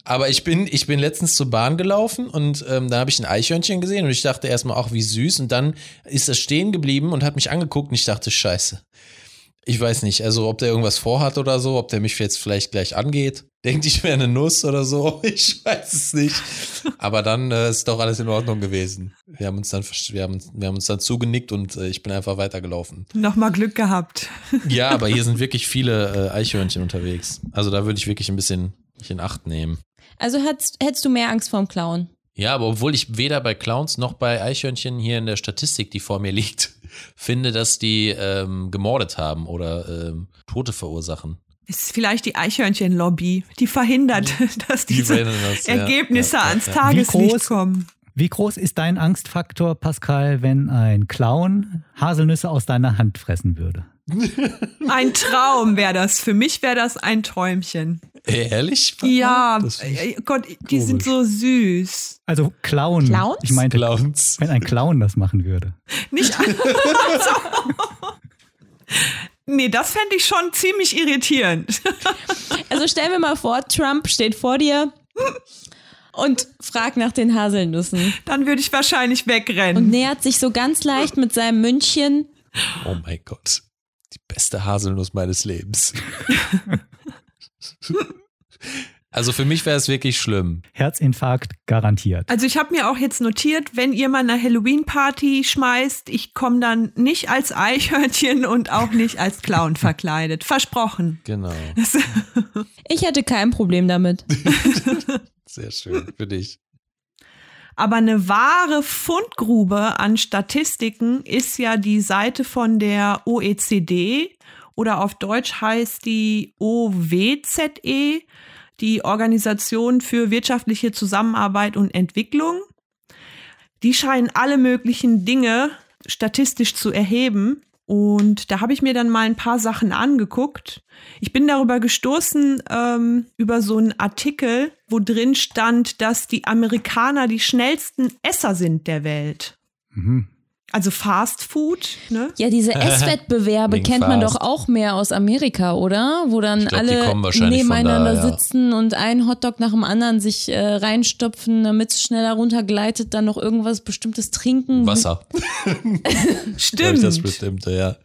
[SPEAKER 1] Aber ich bin, ich bin letztens zur Bahn gelaufen und ähm, da habe ich ein Eichhörnchen gesehen und ich dachte erstmal, ach, wie süß. Und dann ist das stehen geblieben und hat mich angeguckt und ich dachte, scheiße. Ich weiß nicht, also ob der irgendwas vorhat oder so, ob der mich jetzt vielleicht gleich angeht. Denkt, ich wäre eine Nuss oder so. Ich weiß es nicht. Aber dann äh, ist doch alles in Ordnung gewesen. Wir haben uns dann, verst- wir haben, wir haben uns dann zugenickt und äh, ich bin einfach weitergelaufen.
[SPEAKER 4] Nochmal Glück gehabt.
[SPEAKER 1] Ja, aber hier sind wirklich viele äh, Eichhörnchen unterwegs. Also da würde ich wirklich ein bisschen mich in Acht nehmen.
[SPEAKER 2] Also hättest, hättest du mehr Angst vor dem Clown?
[SPEAKER 1] Ja, aber obwohl ich weder bei Clowns noch bei Eichhörnchen hier in der Statistik, die vor mir liegt, finde, dass die ähm, gemordet haben oder ähm, Tote verursachen.
[SPEAKER 4] Ist vielleicht die Eichhörnchen-Lobby, die verhindert, dass diese
[SPEAKER 1] rennen das, ja.
[SPEAKER 4] Ergebnisse
[SPEAKER 1] Ja, ja,
[SPEAKER 4] ans
[SPEAKER 1] ja.
[SPEAKER 3] Wie
[SPEAKER 4] Tageslicht
[SPEAKER 3] groß-
[SPEAKER 4] kommen.
[SPEAKER 3] Wie groß ist dein Angstfaktor, Pascal, wenn ein Clown Haselnüsse aus deiner Hand fressen würde?
[SPEAKER 4] Ein Traum wäre das. Für mich wäre das ein Träumchen.
[SPEAKER 1] Äh, ehrlich?
[SPEAKER 4] Ja,
[SPEAKER 1] Das find ich
[SPEAKER 4] äh, Gott, die sind so süß.
[SPEAKER 3] Also Clown.
[SPEAKER 2] Clowns?
[SPEAKER 3] Ich meinte,
[SPEAKER 1] Clowns.
[SPEAKER 3] wenn ein Clown das machen würde.
[SPEAKER 4] Nicht Also- Nee, das fände ich schon ziemlich irritierend.
[SPEAKER 2] Also stellen wir mal vor, Trump steht vor dir und fragt nach den Haselnüssen
[SPEAKER 4] Dann würde ich wahrscheinlich
[SPEAKER 2] und
[SPEAKER 1] Mhm.
[SPEAKER 4] wegrennen.
[SPEAKER 2] nähert sich so ganz leicht mit seinem München.
[SPEAKER 1] Oh mein Gott. Die beste Haselnuss meines Lebens. also für mich wäre es wirklich schlimm.
[SPEAKER 3] Herzinfarkt garantiert.
[SPEAKER 4] Also ich habe mir auch jetzt notiert, wenn ihr mal eine Halloween-Party schmeißt, ich komme dann nicht als Eichhörnchen und auch nicht als Clown verkleidet. Versprochen.
[SPEAKER 1] Genau.
[SPEAKER 2] Ich hätte kein Problem damit.
[SPEAKER 1] Sehr schön für dich.
[SPEAKER 4] Aber eine wahre Fundgrube an Statistiken ist ja die Seite von der OECD oder auf Deutsch heißt die OWZE, E, die Organisation für wirtschaftliche Zusammenarbeit und Entwicklung. Die scheinen alle möglichen Dinge statistisch zu erheben. Und da habe ich mir dann mal ein paar Sachen angeguckt. Ich bin darüber gestoßen, ähm, über so einen Artikel, wo drin stand, dass die Amerikaner die schnellsten Esser sind der Welt.
[SPEAKER 3] Mhm.
[SPEAKER 4] Also Fast Food, ne?
[SPEAKER 2] Ja, diese Esswettbewerbe
[SPEAKER 1] Link
[SPEAKER 2] kennt man
[SPEAKER 1] fast.
[SPEAKER 2] doch auch mehr aus Amerika, oder? Wo dann
[SPEAKER 1] Ich glaub, die kommen
[SPEAKER 2] alle
[SPEAKER 1] wahrscheinlich von
[SPEAKER 2] nebeneinander
[SPEAKER 1] da, ja.
[SPEAKER 2] sitzen und ein Hotdog nach dem anderen sich äh, reinstopfen, damit es schneller runtergleitet, dann noch irgendwas bestimmtes trinken.
[SPEAKER 1] Wasser. Glaub ich, das
[SPEAKER 4] Mhm. Stimmt,
[SPEAKER 1] bestimmte, ja.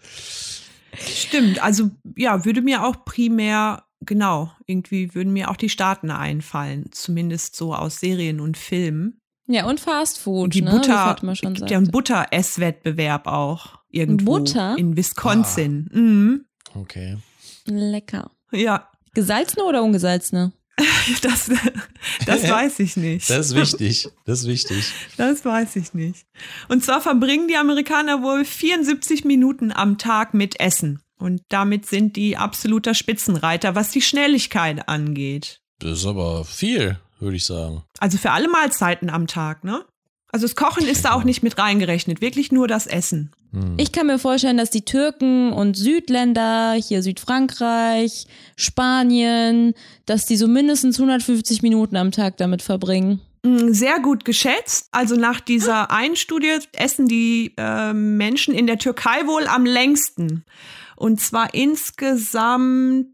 [SPEAKER 4] stimmt. Also ja, würde mir auch primär, genau, irgendwie würden mir auch die Staaten einfallen, zumindest so aus Serien und Filmen.
[SPEAKER 2] Ja, und Fast Food,
[SPEAKER 4] Und die
[SPEAKER 2] ne? wie
[SPEAKER 4] Butter,
[SPEAKER 2] Fatma schon
[SPEAKER 4] gibt
[SPEAKER 2] sagt.
[SPEAKER 4] ja einen Butter-Ess-Wettbewerb auch irgendwo
[SPEAKER 2] Butter?
[SPEAKER 4] in Wisconsin. Mhm.
[SPEAKER 1] Okay.
[SPEAKER 2] Lecker.
[SPEAKER 4] Ja,
[SPEAKER 2] Gesalzene oder ungesalzene?
[SPEAKER 4] das, das weiß ich nicht.
[SPEAKER 1] Das ist wichtig. Das ist wichtig.
[SPEAKER 4] Das weiß ich nicht. Und zwar verbringen die Amerikaner wohl 74 Minuten am Tag mit Essen. Und damit sind die absoluter Spitzenreiter, was die Schnelligkeit angeht.
[SPEAKER 1] Das ist aber viel, würde ich sagen.
[SPEAKER 4] Also für alle Mahlzeiten am Tag, ne? Also das Kochen ist da auch nicht mit reingerechnet, wirklich nur das Essen.
[SPEAKER 1] Hm.
[SPEAKER 2] Ich kann mir vorstellen, dass die Türken und Südländer, hier Südfrankreich, Spanien, dass die so mindestens 150 Minuten am Tag damit verbringen.
[SPEAKER 4] Mm, Sehr gut geschätzt. Also nach dieser einen Studie essen die äh, Menschen in der Türkei wohl am längsten. Und zwar insgesamt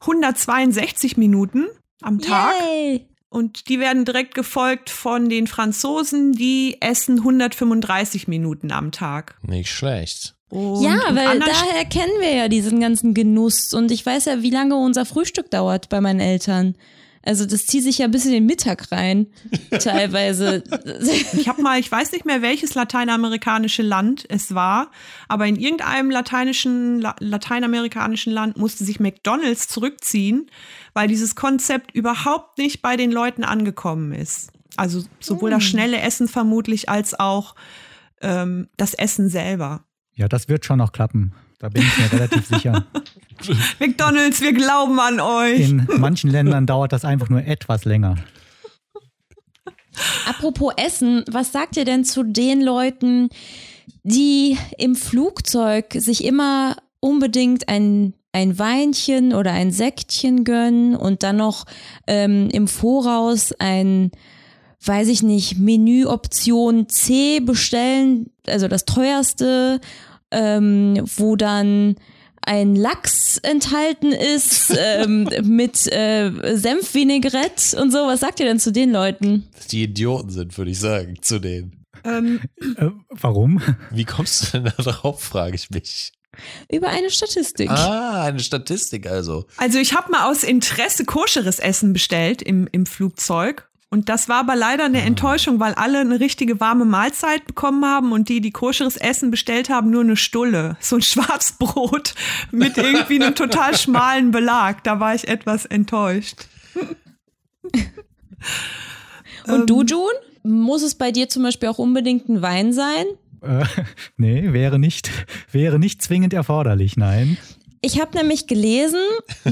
[SPEAKER 4] 162 Minuten. am Tag.
[SPEAKER 2] Yay.
[SPEAKER 4] Und die werden direkt gefolgt von den Franzosen, die essen 135 Minuten am Tag.
[SPEAKER 1] Nicht schlecht.
[SPEAKER 4] Und
[SPEAKER 2] Ja,
[SPEAKER 4] in
[SPEAKER 2] weil
[SPEAKER 4] anderen Städten-
[SPEAKER 2] daher kennen wir ja diesen ganzen Genuss und ich weiß ja, wie lange unser Frühstück dauert bei meinen Eltern. Also das zieht sich ja bis in den Mittag rein, teilweise.
[SPEAKER 4] ich habe mal, ich weiß nicht mehr, welches lateinamerikanische Land es war, aber in irgendeinem lateinischen, la, lateinamerikanischen Land musste sich McDonald's zurückziehen, weil dieses Konzept überhaupt nicht bei den Leuten angekommen ist. Also sowohl das schnelle Essen vermutlich als auch ähm, das Essen selber.
[SPEAKER 3] Ja, das wird schon noch klappen. Da bin ich mir relativ sicher.
[SPEAKER 4] McDonald's, wir glauben an euch.
[SPEAKER 3] In manchen Ländern dauert das einfach nur etwas länger.
[SPEAKER 2] Apropos Essen, was sagt ihr denn zu den Leuten, die im Flugzeug sich immer unbedingt ein, ein Weinchen oder ein Sektchen gönnen und dann noch ähm, im Voraus ein, weiß ich nicht, Menüoption C bestellen, also das teuerste, ähm, wo dann ein Lachs enthalten ist ähm, mit äh, Senfvinaigrette und so. Was sagt ihr denn zu den Leuten?
[SPEAKER 1] Die Idioten sind, würde ich sagen, zu denen.
[SPEAKER 4] Ähm,
[SPEAKER 3] Äh, warum?
[SPEAKER 1] Wie kommst du denn da drauf, frage ich mich.
[SPEAKER 2] Über eine Statistik.
[SPEAKER 1] Ah, eine Statistik also.
[SPEAKER 4] Also ich habe mal aus Interesse koscheres Essen bestellt im, im Flugzeug. Und das war aber leider eine Enttäuschung, weil alle eine richtige warme Mahlzeit bekommen haben und die, die koscheres Essen bestellt haben, nur eine Stulle. So ein Schwarzbrot mit irgendwie einem total schmalen Belag. Da war ich etwas enttäuscht.
[SPEAKER 2] Und du, June? Muss es bei dir zum Beispiel auch unbedingt ein Wein sein?
[SPEAKER 3] Äh, nee, wäre nicht, wäre nicht zwingend erforderlich, nein.
[SPEAKER 2] Ich habe nämlich gelesen,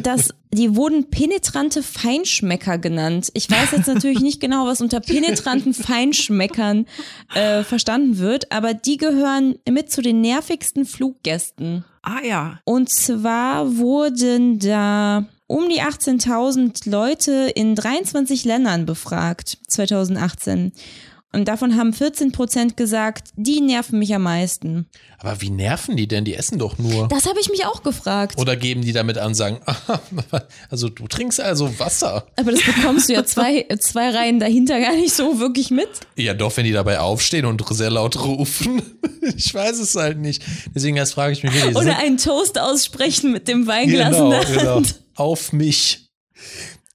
[SPEAKER 2] dass die wurden penetrante Feinschmecker genannt. Ich weiß jetzt natürlich nicht genau, was unter penetranten Feinschmeckern äh, verstanden wird, aber die gehören mit zu den nervigsten Fluggästen.
[SPEAKER 4] Ah ja.
[SPEAKER 2] Und zwar wurden da um die 18.000 Leute in 23 Ländern befragt, 2018. Und davon haben 14 Prozent gesagt, die nerven mich am meisten.
[SPEAKER 1] Aber wie nerven die denn? Die essen doch nur.
[SPEAKER 2] Das habe ich mich auch gefragt.
[SPEAKER 1] Oder geben die damit an, sagen, also du trinkst also Wasser.
[SPEAKER 2] Aber das bekommst du ja zwei, zwei Reihen dahinter gar nicht so wirklich mit.
[SPEAKER 1] Ja, doch, wenn die dabei aufstehen und sehr laut rufen. Ich weiß es halt nicht. Deswegen erst frage ich mich, wie die
[SPEAKER 2] Oder einen Toast aussprechen mit dem Weinglas in
[SPEAKER 1] genau,
[SPEAKER 2] der Hand.
[SPEAKER 1] genau. Auf mich.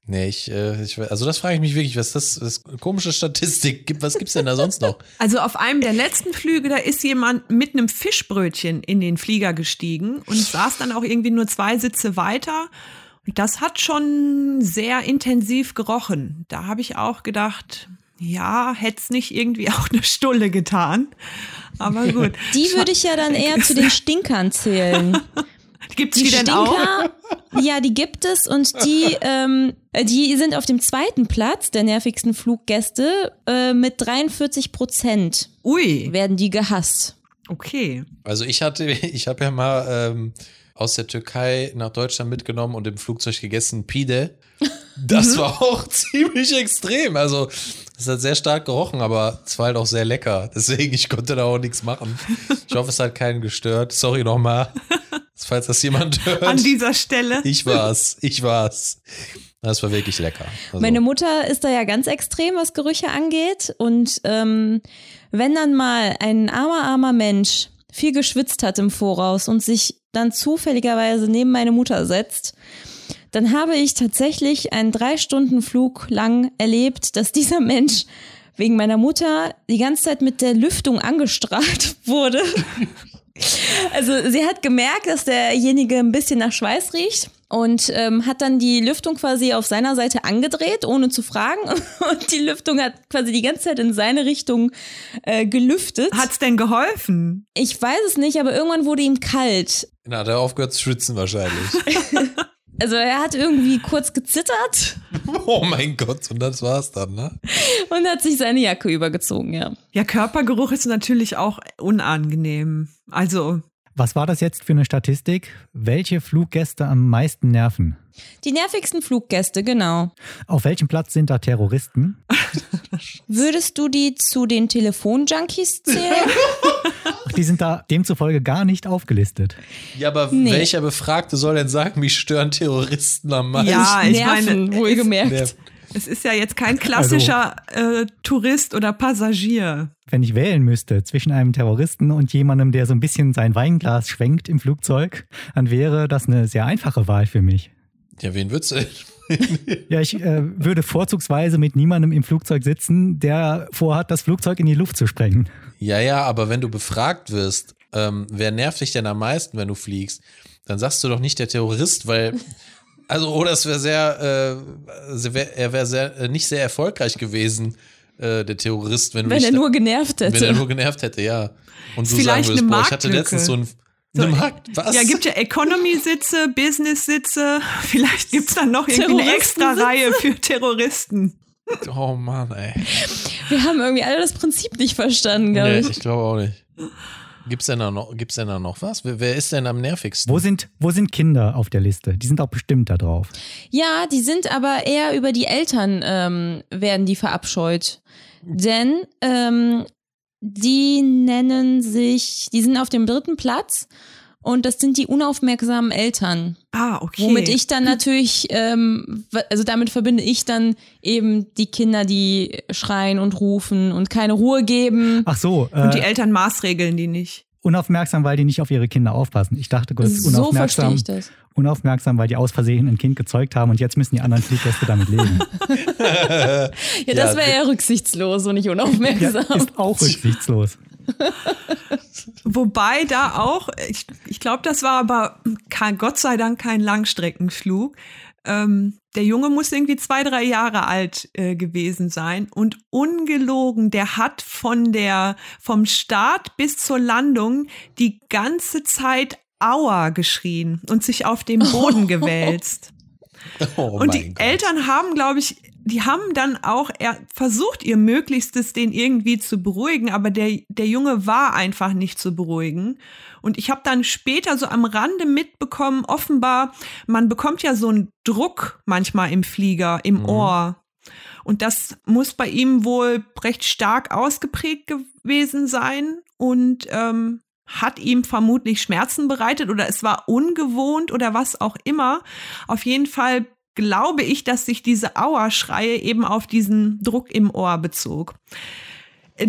[SPEAKER 1] Nee, ich, äh, ich, also das frage ich mich wirklich, was das, das komische Statistik gibt. Was gibt's denn da sonst noch?
[SPEAKER 4] Also auf einem der letzten Flüge, da ist jemand mit einem Fischbrötchen in den Flieger gestiegen und saß dann auch irgendwie nur zwei Sitze weiter. Und das hat schon sehr intensiv gerochen. Da habe ich auch gedacht, ja, hätte es nicht irgendwie auch eine Stulle getan. Aber gut.
[SPEAKER 2] Die würde ich ja dann eher zu den Stinkern zählen.
[SPEAKER 4] Gibt's die, denn auch?
[SPEAKER 2] ja, die gibt es und die, ähm, die sind auf dem zweiten Platz der nervigsten Fluggäste äh, mit 43 Prozent
[SPEAKER 4] Ui,
[SPEAKER 2] werden die gehasst.
[SPEAKER 4] okay.
[SPEAKER 1] Also ich hatte, ich habe ja mal ähm, aus der Türkei nach Deutschland mitgenommen und im Flugzeug gegessen Pide. Das war auch ziemlich extrem. Also es hat sehr stark gerochen, aber es war halt auch sehr lecker. Deswegen, ich konnte da auch nichts machen. Ich hoffe, es hat keinen gestört. Sorry nochmal, falls das jemand
[SPEAKER 4] An
[SPEAKER 1] hört.
[SPEAKER 4] dieser Stelle.
[SPEAKER 1] Ich war's, ich war's. Das war wirklich lecker. Also,
[SPEAKER 2] Meine Mutter ist da ja ganz extrem, was Gerüche angeht. Und ähm, wenn dann mal ein armer, armer Mensch viel geschwitzt hat im Voraus und sich dann zufälligerweise neben meine Mutter setzt, dann habe ich tatsächlich einen drei Stunden Flug lang erlebt, dass dieser Mensch wegen meiner Mutter die ganze Zeit mit der Lüftung angestrahlt wurde. Also sie hat gemerkt, dass derjenige ein bisschen nach Schweiß riecht und ähm, hat dann die Lüftung quasi auf seiner Seite angedreht, ohne zu fragen. Und die Lüftung hat quasi die ganze Zeit in seine Richtung äh, gelüftet.
[SPEAKER 4] Hat's denn geholfen?
[SPEAKER 2] ich weiß es nicht, aber irgendwann wurde ihm kalt.
[SPEAKER 1] na, hat er aufgehört zu schwitzen wahrscheinlich.
[SPEAKER 2] Also er hat irgendwie kurz gezittert
[SPEAKER 1] oh mein Gott, und das war's dann, ne?
[SPEAKER 2] und hat sich seine Jacke übergezogen, ja.
[SPEAKER 4] Ja, Körpergeruch ist natürlich auch unangenehm. Also
[SPEAKER 3] Was war das jetzt für eine Statistik? Welche Fluggäste am meisten nerven?
[SPEAKER 2] Die nervigsten Fluggäste, genau.
[SPEAKER 3] Auf welchem Platz sind da Terroristen?
[SPEAKER 2] Würdest du die zu den Telefonjunkies zählen?
[SPEAKER 3] Ach, Die sind da demzufolge gar nicht aufgelistet.
[SPEAKER 1] Ja, aber
[SPEAKER 2] Nee.
[SPEAKER 1] welcher Befragte soll denn sagen, mich stören Terroristen am meisten?
[SPEAKER 4] Ja, ich
[SPEAKER 2] Nerven,
[SPEAKER 4] meine,
[SPEAKER 2] wohlgemerkt.
[SPEAKER 1] Der-
[SPEAKER 4] Es ist ja jetzt kein klassischer äh, Tourist oder Passagier.
[SPEAKER 3] Wenn ich wählen müsste zwischen einem Terroristen und jemandem, der so ein bisschen sein Weinglas schwenkt im Flugzeug, dann wäre das eine sehr einfache Wahl für mich.
[SPEAKER 1] Ja, wen würdest du?
[SPEAKER 3] Ja, ich äh, würde vorzugsweise mit niemandem im Flugzeug sitzen, der vorhat, das Flugzeug in die Luft zu sprengen.
[SPEAKER 1] Ja, ja, aber wenn du befragt wirst, ähm, wer nervt dich denn am meisten, wenn du fliegst, dann sagst du doch nicht der Terrorist, weil, also, oder es wäre sehr, äh, se- wär, er wäre sehr, äh, nicht sehr erfolgreich gewesen, äh, der Terrorist, wenn du
[SPEAKER 2] Wenn
[SPEAKER 1] dich
[SPEAKER 2] er
[SPEAKER 1] da-
[SPEAKER 2] nur genervt hätte.
[SPEAKER 1] wenn er nur genervt hätte, ja. Und du sagen
[SPEAKER 4] Vielleicht
[SPEAKER 1] würdest,
[SPEAKER 4] eine
[SPEAKER 1] boah, ich hatte
[SPEAKER 4] Marktlücke.
[SPEAKER 1] letztens so ein, eine Markt, was?
[SPEAKER 4] Ja, gibt ja Economy-Sitze, Business-Sitze. Vielleicht gibt's dann noch irgendwie eine extra
[SPEAKER 2] Terroristensitze.
[SPEAKER 4] Reihe für Terroristen.
[SPEAKER 1] oh Mann, ey.
[SPEAKER 2] Wir haben irgendwie alle das Prinzip nicht verstanden, glaube
[SPEAKER 1] Nee,
[SPEAKER 2] ich.
[SPEAKER 1] ich glaube auch nicht. Gibt's denn da noch, gibt's denn da noch was? Wer, wer ist denn am nervigsten?
[SPEAKER 3] Wo sind, wo sind Kinder auf der Liste? Die sind auch bestimmt da drauf.
[SPEAKER 2] Ja, die sind aber eher über die Eltern, ähm, werden die verabscheut. Denn ähm, die nennen sich, die sind auf dem dritten Platz und das sind die unaufmerksamen Eltern.
[SPEAKER 4] Ah, okay.
[SPEAKER 2] Womit ich dann natürlich, ähm, w- also damit verbinde ich dann eben die Kinder, die schreien und rufen und keine Ruhe geben.
[SPEAKER 3] Ach so,
[SPEAKER 4] Und die
[SPEAKER 3] äh,
[SPEAKER 4] Eltern maßregeln die nicht.
[SPEAKER 3] unaufmerksam, weil die nicht auf ihre Kinder aufpassen. Ich dachte kurz,
[SPEAKER 2] So verstehe
[SPEAKER 3] unaufmerksam,
[SPEAKER 2] ich das.
[SPEAKER 3] unaufmerksam, weil die aus Versehen ein Kind gezeugt haben und jetzt müssen die anderen Fluggäste damit leben.
[SPEAKER 2] Ja, das wäre ja rücksichtslos und nicht
[SPEAKER 3] Ja,
[SPEAKER 2] unaufmerksam.
[SPEAKER 3] ist auch rücksichtslos.
[SPEAKER 4] Wobei da auch, ich, ich glaube, das war aber kein, Gott sei Dank kein Langstreckenflug. Ähm, der Junge muss irgendwie zwei, drei Jahre alt äh, gewesen sein und ungelogen, der hat von der, vom Start bis zur Landung die ganze Zeit Aua geschrien und sich auf den Boden gewälzt.
[SPEAKER 1] Oh
[SPEAKER 4] Und die
[SPEAKER 1] mein Gott.
[SPEAKER 4] Eltern haben, glaube ich, die haben dann auch er versucht, ihr Möglichstes, den irgendwie zu beruhigen, aber der, der Junge war einfach nicht zu beruhigen. Und ich habe dann später so am Rande mitbekommen, offenbar, man bekommt ja so einen Druck manchmal im Flieger, im
[SPEAKER 1] Mhm.
[SPEAKER 4] Ohr. Und das muss bei ihm wohl recht stark ausgeprägt gewesen sein und ähm, hat ihm vermutlich Schmerzen bereitet oder es war ungewohnt oder was auch immer. Auf jeden Fall glaube ich, dass sich diese Aua-Schreie eben auf diesen Druck im Ohr bezog.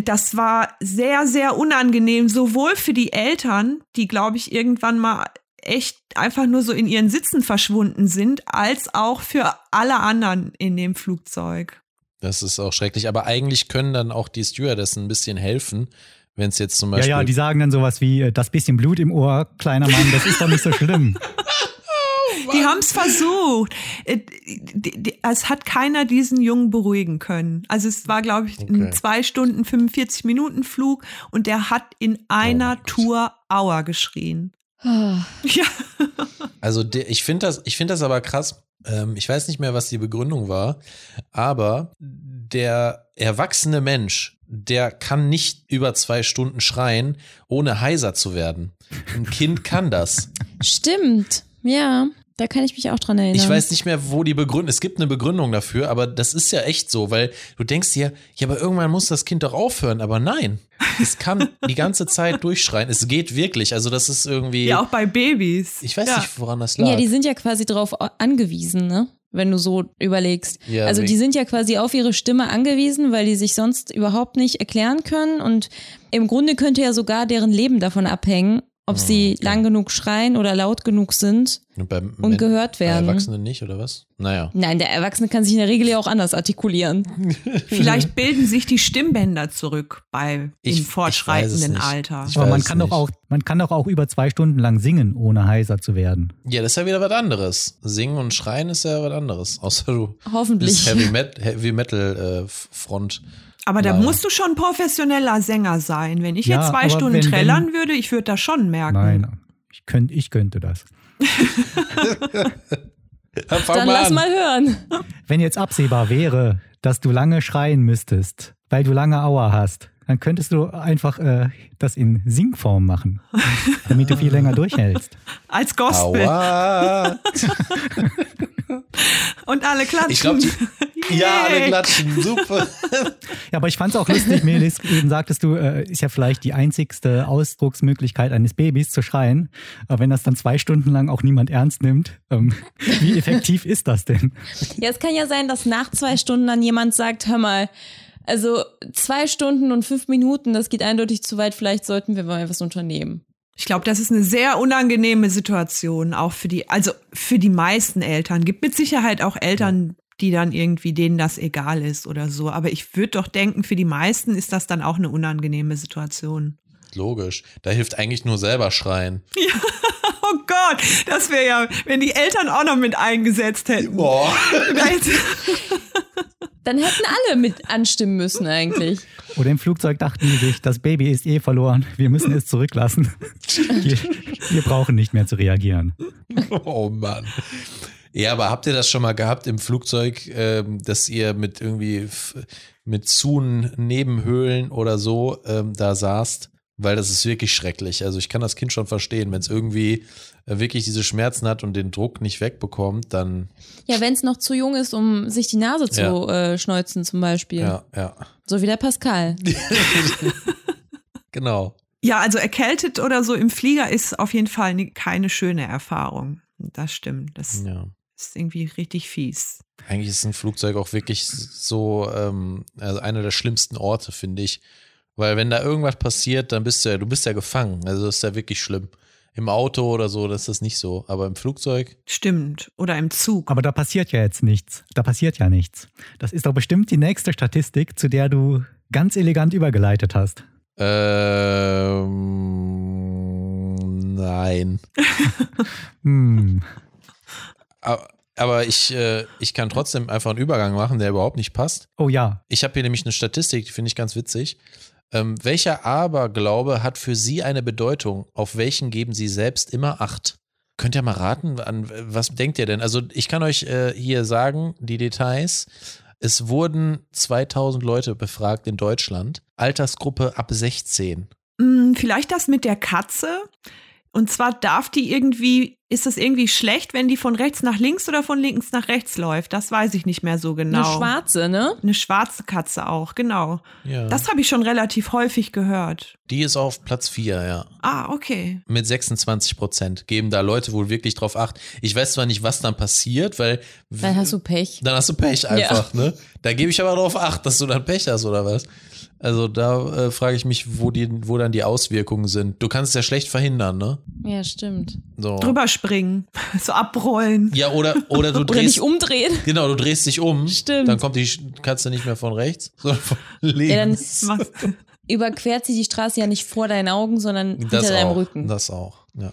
[SPEAKER 4] Das war sehr, sehr unangenehm, sowohl für die Eltern, die, glaube ich, irgendwann mal echt einfach nur so in ihren Sitzen verschwunden sind, als auch für alle anderen in dem Flugzeug.
[SPEAKER 1] Das ist auch schrecklich. Aber eigentlich können dann auch die Stewardessen ein bisschen helfen, wenn es jetzt zum
[SPEAKER 3] Ja,
[SPEAKER 1] Beispiel.
[SPEAKER 3] ja, die sagen dann sowas wie, äh, das bisschen Blut im Ohr, kleiner Mann, das ist doch nicht so schlimm.
[SPEAKER 4] Die haben es versucht. Äh, die- die- Es hat keiner diesen Jungen beruhigen können. Also es war, glaube ich,
[SPEAKER 1] Okay.
[SPEAKER 4] ein zwei Stunden 45 Minuten Flug und der hat in einer
[SPEAKER 1] Oh mein Gott.
[SPEAKER 4] Tour Aua geschrien.
[SPEAKER 2] Ah.
[SPEAKER 4] Ja.
[SPEAKER 1] also der, ich finde das, ich finde das aber krass. Ähm, ich weiß nicht mehr, was die Begründung war, aber der erwachsene Mensch, der kann nicht über zwei Stunden schreien, ohne heiser zu werden. Ein Kind kann das.
[SPEAKER 2] Stimmt, ja. Da kann ich mich auch dran erinnern.
[SPEAKER 1] Ich weiß nicht mehr, wo die Begründung. Es gibt eine Begründung dafür, aber das ist ja echt so, weil du denkst dir, ja, aber irgendwann muss das Kind doch aufhören. Aber nein, es kann die ganze Zeit durchschreien. Es geht wirklich. Also das ist irgendwie.
[SPEAKER 4] ja, auch bei Babys.
[SPEAKER 1] ich weiß
[SPEAKER 4] ja.
[SPEAKER 1] nicht, woran das lag.
[SPEAKER 2] Ja, die sind ja quasi darauf angewiesen, ne? Wenn du so überlegst.
[SPEAKER 1] Ja,
[SPEAKER 2] also
[SPEAKER 1] wie-
[SPEAKER 2] die sind ja quasi auf ihre Stimme angewiesen, weil die sich sonst überhaupt nicht erklären können. Und im Grunde könnte ja sogar deren Leben davon abhängen, ob sie
[SPEAKER 1] Ah, okay.
[SPEAKER 2] lang genug schreien oder laut genug sind
[SPEAKER 1] und beim
[SPEAKER 2] und
[SPEAKER 1] Men-
[SPEAKER 2] gehört
[SPEAKER 1] bei
[SPEAKER 2] werden.
[SPEAKER 1] Erwachsenen nicht, oder was? Naja.
[SPEAKER 2] Nein, der Erwachsene kann sich in der Regel ja auch anders artikulieren.
[SPEAKER 4] Vielleicht bilden sich die Stimmbänder zurück bei
[SPEAKER 1] Ich- ich weiß
[SPEAKER 4] im
[SPEAKER 1] es
[SPEAKER 4] fortschreitenden
[SPEAKER 1] nicht.
[SPEAKER 4] Alter.
[SPEAKER 1] Ich
[SPEAKER 3] Aber man
[SPEAKER 1] weiß
[SPEAKER 3] kann,
[SPEAKER 1] nicht.
[SPEAKER 3] doch auch, man kann doch auch über zwei Stunden lang singen, ohne heiser zu werden.
[SPEAKER 1] Ja, das ist ja wieder was anderes. Singen und schreien ist ja was anderes. Außer du bist
[SPEAKER 2] Hoffentlich.
[SPEAKER 1] Heavy, Met Heavy Metal äh, Front.
[SPEAKER 4] Aber da
[SPEAKER 1] Leider.
[SPEAKER 4] musst du schon professioneller Sänger sein. Wenn ich
[SPEAKER 3] Ja,
[SPEAKER 4] jetzt zwei
[SPEAKER 3] aber
[SPEAKER 4] Stunden
[SPEAKER 3] wenn- wenn-
[SPEAKER 4] trällern würde, ich würde das schon merken.
[SPEAKER 3] Nein, ich könnte, ich könnte das.
[SPEAKER 1] Dann fang
[SPEAKER 2] Dann
[SPEAKER 1] mal
[SPEAKER 2] lass
[SPEAKER 1] an.
[SPEAKER 2] mal hören.
[SPEAKER 3] Wenn jetzt absehbar wäre, dass du lange schreien müsstest, weil du lange Aua hast, Dann könntest du einfach äh, das in Singform machen, damit du viel länger durchhältst.
[SPEAKER 4] Als Gospel.
[SPEAKER 1] Aua.
[SPEAKER 4] Und alle klatschen.
[SPEAKER 1] Ich glaube, ja, alle
[SPEAKER 4] Yay.
[SPEAKER 1] klatschen. Super.
[SPEAKER 3] Ja, aber ich fand es auch lustig, Melis, eben sagtest du, äh, ist ja vielleicht die einzigste Ausdrucksmöglichkeit eines Babys zu schreien. Aber wenn das dann zwei Stunden lang auch niemand ernst nimmt, ähm, wie effektiv ist das denn?
[SPEAKER 2] Ja, es kann ja sein, dass nach zwei Stunden dann jemand sagt, hör mal, also zwei Stunden und fünf Minuten, das geht eindeutig zu weit, vielleicht sollten wir mal was unternehmen.
[SPEAKER 4] Ich glaube, das ist eine sehr unangenehme Situation, auch für die, also für die meisten Eltern. Gibt mit Sicherheit auch Eltern, die dann irgendwie denen das egal ist oder so. Aber ich würde doch denken, für die meisten ist das dann auch eine unangenehme Situation.
[SPEAKER 1] Logisch. Da hilft eigentlich nur selber schreien.
[SPEAKER 4] Oh Gott, das wäre ja, wenn die Eltern auch noch mit eingesetzt hätten. Also,
[SPEAKER 1] Boah.
[SPEAKER 2] Dann hätten alle mit anstimmen müssen eigentlich.
[SPEAKER 3] Oder im Flugzeug dachten die sich, das Baby ist eh verloren, wir müssen es zurücklassen. Wir, wir brauchen nicht mehr zu reagieren.
[SPEAKER 1] Oh Mann. Ja, aber habt ihr das schon mal gehabt im Flugzeug, ähm, dass ihr mit irgendwie f- mit Zunen Nebenhöhlen oder so ähm, da saßt? Weil das ist wirklich schrecklich. Also ich kann das Kind schon verstehen, wenn es irgendwie äh, wirklich diese Schmerzen hat und den Druck nicht wegbekommt, dann
[SPEAKER 2] Ja, wenn es noch zu jung ist, um sich die Nase zu äh, schneuzen zum Beispiel.
[SPEAKER 1] ja, ja.
[SPEAKER 2] So wie der Pascal.
[SPEAKER 1] genau.
[SPEAKER 4] Ja, also erkältet oder so im Flieger ist auf jeden Fall ni- keine schöne Erfahrung. Das stimmt. Das
[SPEAKER 1] Ja.
[SPEAKER 4] ist irgendwie richtig fies.
[SPEAKER 1] Eigentlich ist ein Flugzeug auch wirklich so ähm, also einer der schlimmsten Orte, finde ich. Weil wenn da irgendwas passiert, dann bist du ja, du bist ja gefangen. Also das ist ja wirklich schlimm. Im Auto oder so, das ist nicht so. Aber im Flugzeug,
[SPEAKER 4] Stimmt. Oder im Zug.
[SPEAKER 3] Aber da passiert ja jetzt nichts. Da passiert ja nichts. Das ist doch bestimmt die nächste Statistik, zu der du ganz elegant übergeleitet hast.
[SPEAKER 1] ähm, nein.
[SPEAKER 3] Hm.
[SPEAKER 1] Aber, aber ich, äh, ich kann trotzdem einfach einen Übergang machen, der überhaupt nicht passt.
[SPEAKER 3] Oh ja,
[SPEAKER 1] Ich habe hier nämlich eine Statistik, die finde ich ganz witzig. Ähm, welcher Aberglaube hat für Sie eine Bedeutung? Auf welchen geben Sie selbst immer Acht? Könnt ihr mal raten, an was denkt ihr denn? Also ich kann euch äh, hier sagen, die Details. Es wurden 2000 Leute befragt in Deutschland, Altersgruppe ab 16.
[SPEAKER 4] Hm, Vielleicht das mit der Katze. Und zwar darf die irgendwie, ist das irgendwie schlecht, wenn die von rechts nach links oder von links nach rechts läuft? Das weiß ich nicht mehr so genau.
[SPEAKER 2] Eine schwarze, ne?
[SPEAKER 4] Eine schwarze Katze auch, genau.
[SPEAKER 1] Ja.
[SPEAKER 4] Das habe ich schon relativ häufig gehört.
[SPEAKER 1] die ist auf Platz 4, ja.
[SPEAKER 4] Ah, okay.
[SPEAKER 1] mit 26 Prozent geben da Leute wohl wirklich drauf acht. Ich weiß zwar nicht, was dann passiert, weil
[SPEAKER 2] Dann hast du Pech.
[SPEAKER 1] Dann hast du Pech einfach, ne? Da gebe ich aber drauf acht, dass du dann Pech hast oder was? Also da äh, frage ich mich, wo, die, wo dann die Auswirkungen sind. Du kannst es ja schlecht verhindern, ne?
[SPEAKER 2] Ja, stimmt.
[SPEAKER 1] So.
[SPEAKER 4] Drüber springen, so abrollen.
[SPEAKER 1] Ja, oder, oder du
[SPEAKER 2] Oder
[SPEAKER 1] drehst.
[SPEAKER 2] nicht umdrehen.
[SPEAKER 1] Genau, du drehst dich um.
[SPEAKER 2] Stimmt.
[SPEAKER 1] Dann kommt die Sch- Katze nicht mehr von rechts, sondern von
[SPEAKER 2] Ja, dann
[SPEAKER 1] links.
[SPEAKER 4] Was-
[SPEAKER 2] überquert sie die Straße ja nicht vor deinen Augen, sondern
[SPEAKER 1] das
[SPEAKER 2] hinter deinem
[SPEAKER 1] auch.
[SPEAKER 2] Rücken.
[SPEAKER 1] Das auch. Ja.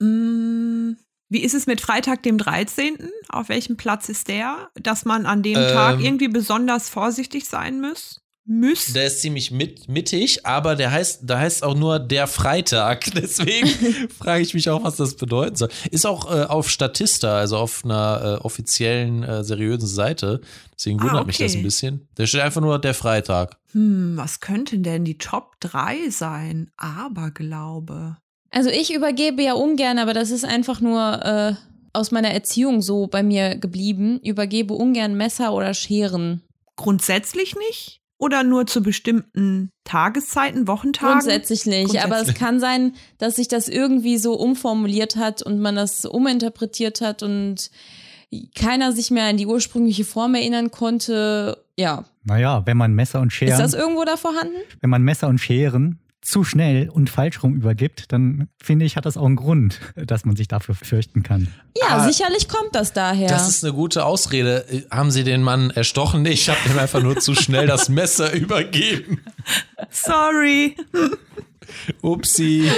[SPEAKER 4] Mm, Wie ist es mit Freitag, dem 13.? Auf welchem Platz ist der? Dass man an dem
[SPEAKER 1] Ähm.
[SPEAKER 4] Tag irgendwie besonders vorsichtig sein muss? Müsst?
[SPEAKER 1] Der ist ziemlich mit, mittig, aber der heißt, da heißt auch nur der Freitag. Deswegen frage ich mich auch, was das bedeuten soll. Ist auch äh, auf Statista, also auf einer äh, offiziellen, äh, seriösen Seite. Deswegen
[SPEAKER 4] Ah,
[SPEAKER 1] wundert mich das
[SPEAKER 4] okay.
[SPEAKER 1] ein bisschen. Der steht einfach nur der Freitag.
[SPEAKER 4] Hm, was könnten denn die Top 3 sein? Aberglaube.
[SPEAKER 2] Also ich übergebe ja ungern, aber das ist einfach nur äh, aus meiner Erziehung so bei mir geblieben. Übergebe ungern Messer oder Scheren.
[SPEAKER 4] Grundsätzlich nicht? Oder nur zu bestimmten Tageszeiten, Wochentagen?
[SPEAKER 2] Grundsätzlich nicht. Aber es
[SPEAKER 4] Grundsätzlich.
[SPEAKER 2] kann sein, dass sich das irgendwie so umformuliert hat und man das uminterpretiert hat und keiner sich mehr an die ursprüngliche Form erinnern konnte. Ja.
[SPEAKER 3] naja, wenn man Messer und Scheren.
[SPEAKER 2] Ist das irgendwo da vorhanden?
[SPEAKER 3] wenn man Messer und Scheren zu schnell und falsch rum übergibt, dann finde ich, hat das auch einen Grund, dass man sich dafür fürchten kann.
[SPEAKER 2] Ja,
[SPEAKER 1] Ah,
[SPEAKER 2] sicherlich kommt das daher.
[SPEAKER 1] Das ist eine gute Ausrede. Äh, Haben Sie den Mann erstochen? Nee, Ich habe ihm einfach nur zu schnell das Messer übergeben.
[SPEAKER 4] Sorry.
[SPEAKER 1] Upsi.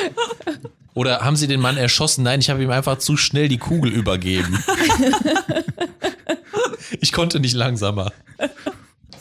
[SPEAKER 1] Oder haben Sie den Mann erschossen? Nein, ich habe ihm einfach zu schnell die Kugel übergeben. Ich konnte nicht langsamer.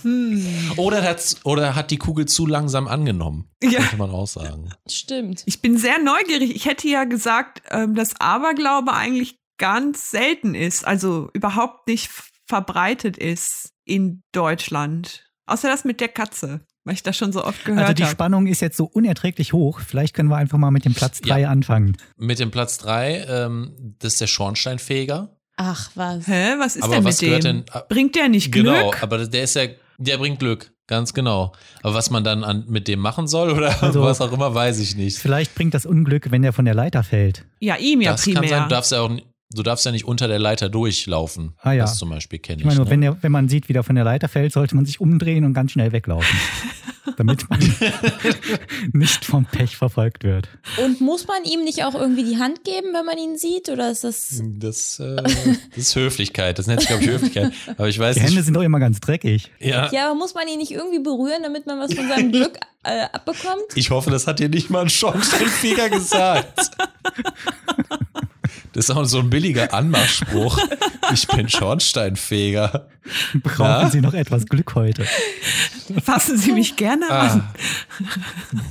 [SPEAKER 4] Hm.
[SPEAKER 1] Oder, hat's, oder hat die Kugel zu langsam angenommen?
[SPEAKER 4] Ja.
[SPEAKER 1] Könnte man auch sagen.
[SPEAKER 2] Stimmt.
[SPEAKER 4] Ich bin sehr neugierig. Ich hätte ja gesagt, ähm, dass Aberglaube eigentlich ganz selten ist, also überhaupt nicht f- verbreitet ist in Deutschland. Außer das mit der Katze. weil ich das schon so oft gehört
[SPEAKER 3] Also
[SPEAKER 4] habe.
[SPEAKER 3] die Spannung ist jetzt so unerträglich hoch. Vielleicht können wir einfach mal mit dem Platz 3 anfangen.
[SPEAKER 1] Mit dem Platz 3, ähm, das ist der Schornsteinfeger.
[SPEAKER 2] Ach was.
[SPEAKER 4] Hä, was ist
[SPEAKER 1] Aber
[SPEAKER 4] denn
[SPEAKER 1] was
[SPEAKER 4] mit dem?
[SPEAKER 1] gehört denn- ah,
[SPEAKER 4] Bringt der nicht
[SPEAKER 1] Genau,
[SPEAKER 4] Glück?
[SPEAKER 1] aber der ist ja, der bringt Glück, ganz genau. Aber was man dann an, mit dem machen soll oder
[SPEAKER 3] Also-
[SPEAKER 1] was auch immer, weiß ich nicht.
[SPEAKER 3] Vielleicht bringt das Unglück, wenn der von der Leiter fällt.
[SPEAKER 4] Ja, ihm ja
[SPEAKER 1] das
[SPEAKER 4] primär.
[SPEAKER 1] kann sein, du darfst ja auch, n- du darfst ja nicht unter der Leiter durchlaufen.
[SPEAKER 3] Ah, ja.
[SPEAKER 1] Das zum Beispiel kenne
[SPEAKER 3] Ich
[SPEAKER 1] ich.
[SPEAKER 3] meine nur,
[SPEAKER 1] ne?
[SPEAKER 3] wenn, der, wenn man sieht, wie der von der Leiter fällt, sollte man sich umdrehen und ganz schnell weglaufen. damit man nicht vom Pech verfolgt wird.
[SPEAKER 2] Und muss man ihm nicht auch irgendwie die Hand geben, wenn man ihn sieht? Oder ist das.
[SPEAKER 1] das, äh, das ist Höflichkeit. Das nennt sich, glaube ich, Höflichkeit. Aber ich weiß
[SPEAKER 3] Die Hände
[SPEAKER 1] nicht.
[SPEAKER 3] sind doch immer ganz dreckig.
[SPEAKER 1] Ja,
[SPEAKER 2] Ja, aber muss man ihn nicht irgendwie berühren, damit man was von seinem Glück äh, abbekommt?
[SPEAKER 1] Ich hoffe, das hat dir nicht mal ein Schornsteinfeger gesagt. Das ist auch so ein billiger Anmachspruch. Ich bin Schornsteinfeger.
[SPEAKER 3] Brauchen
[SPEAKER 1] Ja?
[SPEAKER 3] Sie noch etwas Glück heute?
[SPEAKER 4] Fassen Sie mich gerne an.
[SPEAKER 1] Ah.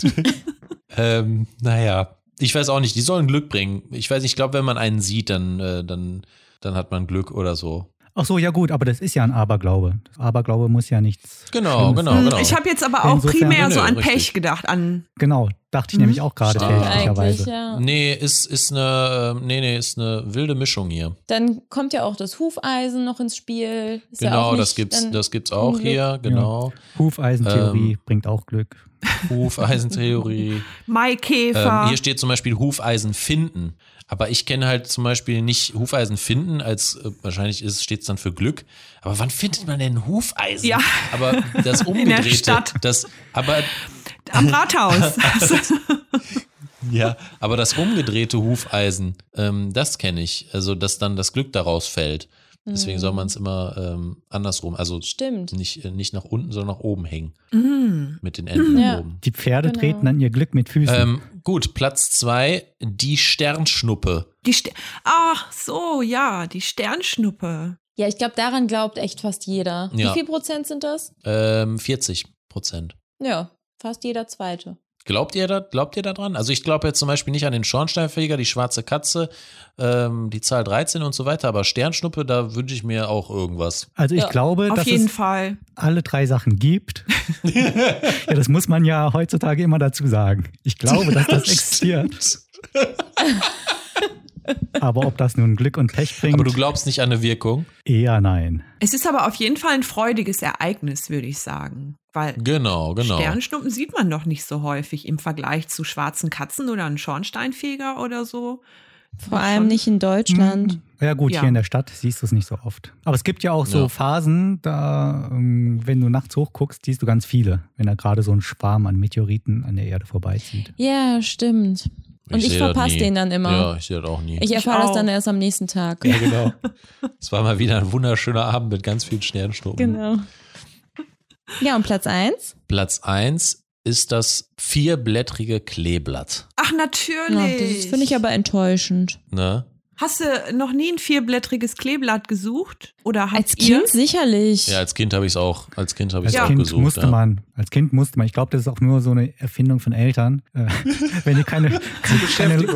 [SPEAKER 1] ähm, naja, ich weiß auch nicht. Die sollen Glück bringen. Ich weiß nicht, ich glaube, wenn man einen sieht, dann, äh, dann, dann hat man Glück oder so.
[SPEAKER 3] Ach so, ja gut, aber das ist ja ein Aberglaube. Das Aberglaube muss ja nichts.
[SPEAKER 1] Genau,
[SPEAKER 3] Schlimmes
[SPEAKER 1] genau,
[SPEAKER 3] sein.
[SPEAKER 1] genau.
[SPEAKER 4] Hm, Ich habe jetzt aber auch
[SPEAKER 3] Insofern-
[SPEAKER 4] primär
[SPEAKER 1] Nö,
[SPEAKER 4] so an
[SPEAKER 1] richtig.
[SPEAKER 4] Pech gedacht, an
[SPEAKER 3] Genau, dachte ich
[SPEAKER 4] Mhm.
[SPEAKER 3] nämlich auch gerade
[SPEAKER 1] Stimmt
[SPEAKER 2] Eigentlich,
[SPEAKER 3] fälschlicherweise.
[SPEAKER 2] ja.
[SPEAKER 1] Nee, ist, ist eine, ähm, nee, nee, ist eine wilde Mischung hier.
[SPEAKER 2] Dann kommt ja auch das Hufeisen noch ins Spiel. Ist ja
[SPEAKER 1] genau,
[SPEAKER 2] auch nicht, ähm, mhm.
[SPEAKER 1] das gibt's,
[SPEAKER 2] dann-
[SPEAKER 1] das gibt's auch
[SPEAKER 2] Unglück.
[SPEAKER 1] hier, genau.
[SPEAKER 3] Hufeisentheorie
[SPEAKER 1] Ähm.
[SPEAKER 3] bringt auch Glück.
[SPEAKER 1] Hufeisentheorie.
[SPEAKER 4] Maikäfer.
[SPEAKER 1] Ähm, hier steht zum Beispiel Hufeisen finden. Aber ich kenne halt zum Beispiel nicht Hufeisen finden, als äh, wahrscheinlich ist steht es dann für Glück. Aber wann findet man denn Hufeisen?
[SPEAKER 4] Ja.
[SPEAKER 1] Aber das
[SPEAKER 4] In der
[SPEAKER 1] Umgedrehte,
[SPEAKER 4] Stadt.
[SPEAKER 1] das, aber
[SPEAKER 4] am Rathaus. Also,
[SPEAKER 1] ja, aber das umgedrehte Hufeisen, ähm, das kenne ich. Also dass dann das Glück daraus fällt. Deswegen soll man es immer ähm, andersrum, also
[SPEAKER 2] Mhm. Stimmt.
[SPEAKER 1] nicht, äh, nicht nach unten, sondern nach oben hängen
[SPEAKER 4] Mm.
[SPEAKER 1] mit den Enden nach
[SPEAKER 2] Ja.
[SPEAKER 1] oben.
[SPEAKER 3] Die Pferde
[SPEAKER 2] Genau.
[SPEAKER 3] treten dann ihr Glück mit Füßen.
[SPEAKER 1] Ähm, gut, Platz zwei, die Sternschnuppe.
[SPEAKER 4] Die Ster Ach so, ja, die Sternschnuppe.
[SPEAKER 2] Ja, ich glaube, daran glaubt echt fast jeder.
[SPEAKER 1] Ja.
[SPEAKER 2] Wie viel Prozent sind das?
[SPEAKER 1] Ähm, 40 Prozent.
[SPEAKER 2] Ja, fast jeder zweite.
[SPEAKER 1] Glaubt ihr da, glaubt ihr da dran? Also ich glaube jetzt zum Beispiel nicht an den Schornsteinfeger, die schwarze Katze, ähm, die Zahl 13 und so weiter, aber Sternschnuppe, da wünsche ich mir auch irgendwas.
[SPEAKER 3] also ich
[SPEAKER 2] ja,
[SPEAKER 3] glaube,
[SPEAKER 4] Auf
[SPEAKER 3] dass
[SPEAKER 4] jeden
[SPEAKER 3] es
[SPEAKER 4] Fall.
[SPEAKER 3] alle drei Sachen gibt. ja, das muss man ja heutzutage immer dazu sagen. Ich glaube, dass das existiert. Aber ob das nun Glück und Pech bringt,
[SPEAKER 1] Aber du glaubst nicht an eine Wirkung?
[SPEAKER 3] eher nein.
[SPEAKER 4] Es ist aber auf jeden Fall ein freudiges Ereignis, würde ich sagen. Weil
[SPEAKER 1] Genau, genau.
[SPEAKER 4] Sternschnuppen sieht man doch nicht so häufig im Vergleich zu schwarzen Katzen oder einem Schornsteinfeger oder so.
[SPEAKER 2] Vor allem nicht in Deutschland.
[SPEAKER 3] Hm, Ja gut,
[SPEAKER 4] Ja.
[SPEAKER 3] hier in der Stadt siehst du es nicht so oft. Aber es gibt ja auch so
[SPEAKER 1] Ja.
[SPEAKER 3] Phasen, da, ähm, wenn du nachts hochguckst, siehst du ganz viele, wenn da gerade so ein Schwarm an Meteoriten an der Erde vorbeizieht.
[SPEAKER 2] Ja, stimmt. Und ich,
[SPEAKER 1] seh das
[SPEAKER 2] verpasse
[SPEAKER 1] nie.
[SPEAKER 2] den dann immer.
[SPEAKER 1] Ja, ich sehe das auch nie.
[SPEAKER 2] Ich
[SPEAKER 4] Ich
[SPEAKER 2] erfahre das
[SPEAKER 4] auch.
[SPEAKER 2] dann erst am nächsten Tag.
[SPEAKER 1] ja, genau. Es war mal wieder ein wunderschöner Abend mit ganz vielen Sternschnuppen.
[SPEAKER 2] Genau. Ja, und Platz eins?
[SPEAKER 1] Platz 1 ist das vierblättrige Kleeblatt.
[SPEAKER 4] Ach,
[SPEAKER 2] Ja,
[SPEAKER 4] natürlich.
[SPEAKER 2] das finde ich aber enttäuschend.
[SPEAKER 1] Ne?
[SPEAKER 4] Hast du noch nie ein vierblättriges Kleeblatt gesucht? Oder habt
[SPEAKER 2] Als
[SPEAKER 4] ihr?
[SPEAKER 2] Kind sicherlich.
[SPEAKER 1] Ja, als Kind habe ich es auch. Als Kind habe ich
[SPEAKER 3] Als
[SPEAKER 1] es auch
[SPEAKER 3] Kind
[SPEAKER 1] gesucht.
[SPEAKER 3] musste
[SPEAKER 1] ja.
[SPEAKER 3] man. Als Kind musste man. Ich glaube, das ist auch nur so eine Erfindung von Eltern. Äh, wenn die keine, keine,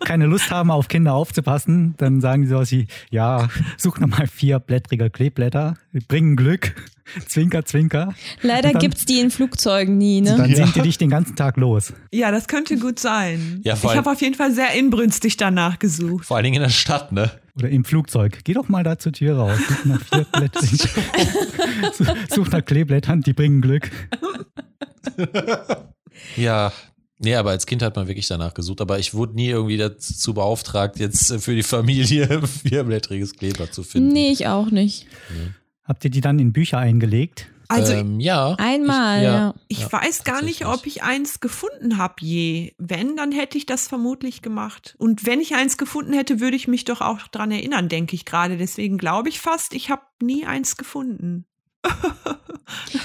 [SPEAKER 3] keine Lust haben, auf Kinder aufzupassen, dann sagen die sowas wie, ja, such nochmal vier blättrige Kleeblätter, bringen Glück, zwinker, zwinker.
[SPEAKER 2] Leider
[SPEAKER 3] Und dann-
[SPEAKER 2] gibt's die in Flugzeugen nie, ne?
[SPEAKER 3] Dann
[SPEAKER 1] Ja.
[SPEAKER 3] sind die dich den ganzen Tag los.
[SPEAKER 4] Ja, das könnte gut sein.
[SPEAKER 1] Ja, vor
[SPEAKER 4] ich
[SPEAKER 1] allem-
[SPEAKER 4] habe auf jeden Fall sehr inbrünstig danach gesucht.
[SPEAKER 1] Vor allen Dingen in der Stadt, ne?
[SPEAKER 3] Oder im Flugzeug. Geh doch mal da zur Tür raus. Such nach vier Blättern. Such- Such nach Kleeblättern, die bringen Glück.
[SPEAKER 1] Ja. Nee, aber als Kind hat man wirklich danach gesucht, aber ich wurde nie irgendwie dazu beauftragt, jetzt äh, für die Familie vierblättriges Kleber zu finden.
[SPEAKER 2] Nee, ich auch nicht.
[SPEAKER 3] Habt ihr die dann in Bücher eingelegt?
[SPEAKER 4] Also
[SPEAKER 1] ähm, ja.
[SPEAKER 2] Einmal,
[SPEAKER 1] Ich-
[SPEAKER 2] ja.
[SPEAKER 4] ich
[SPEAKER 1] ja,
[SPEAKER 4] weiß gar nicht,
[SPEAKER 1] tatsächlich.
[SPEAKER 4] ob ich eins gefunden habe je. Wenn, dann hätte ich das vermutlich gemacht. Und wenn ich eins gefunden hätte, würde ich mich doch auch dran erinnern, denke ich gerade. Deswegen glaube ich fast, ich habe nie eins gefunden.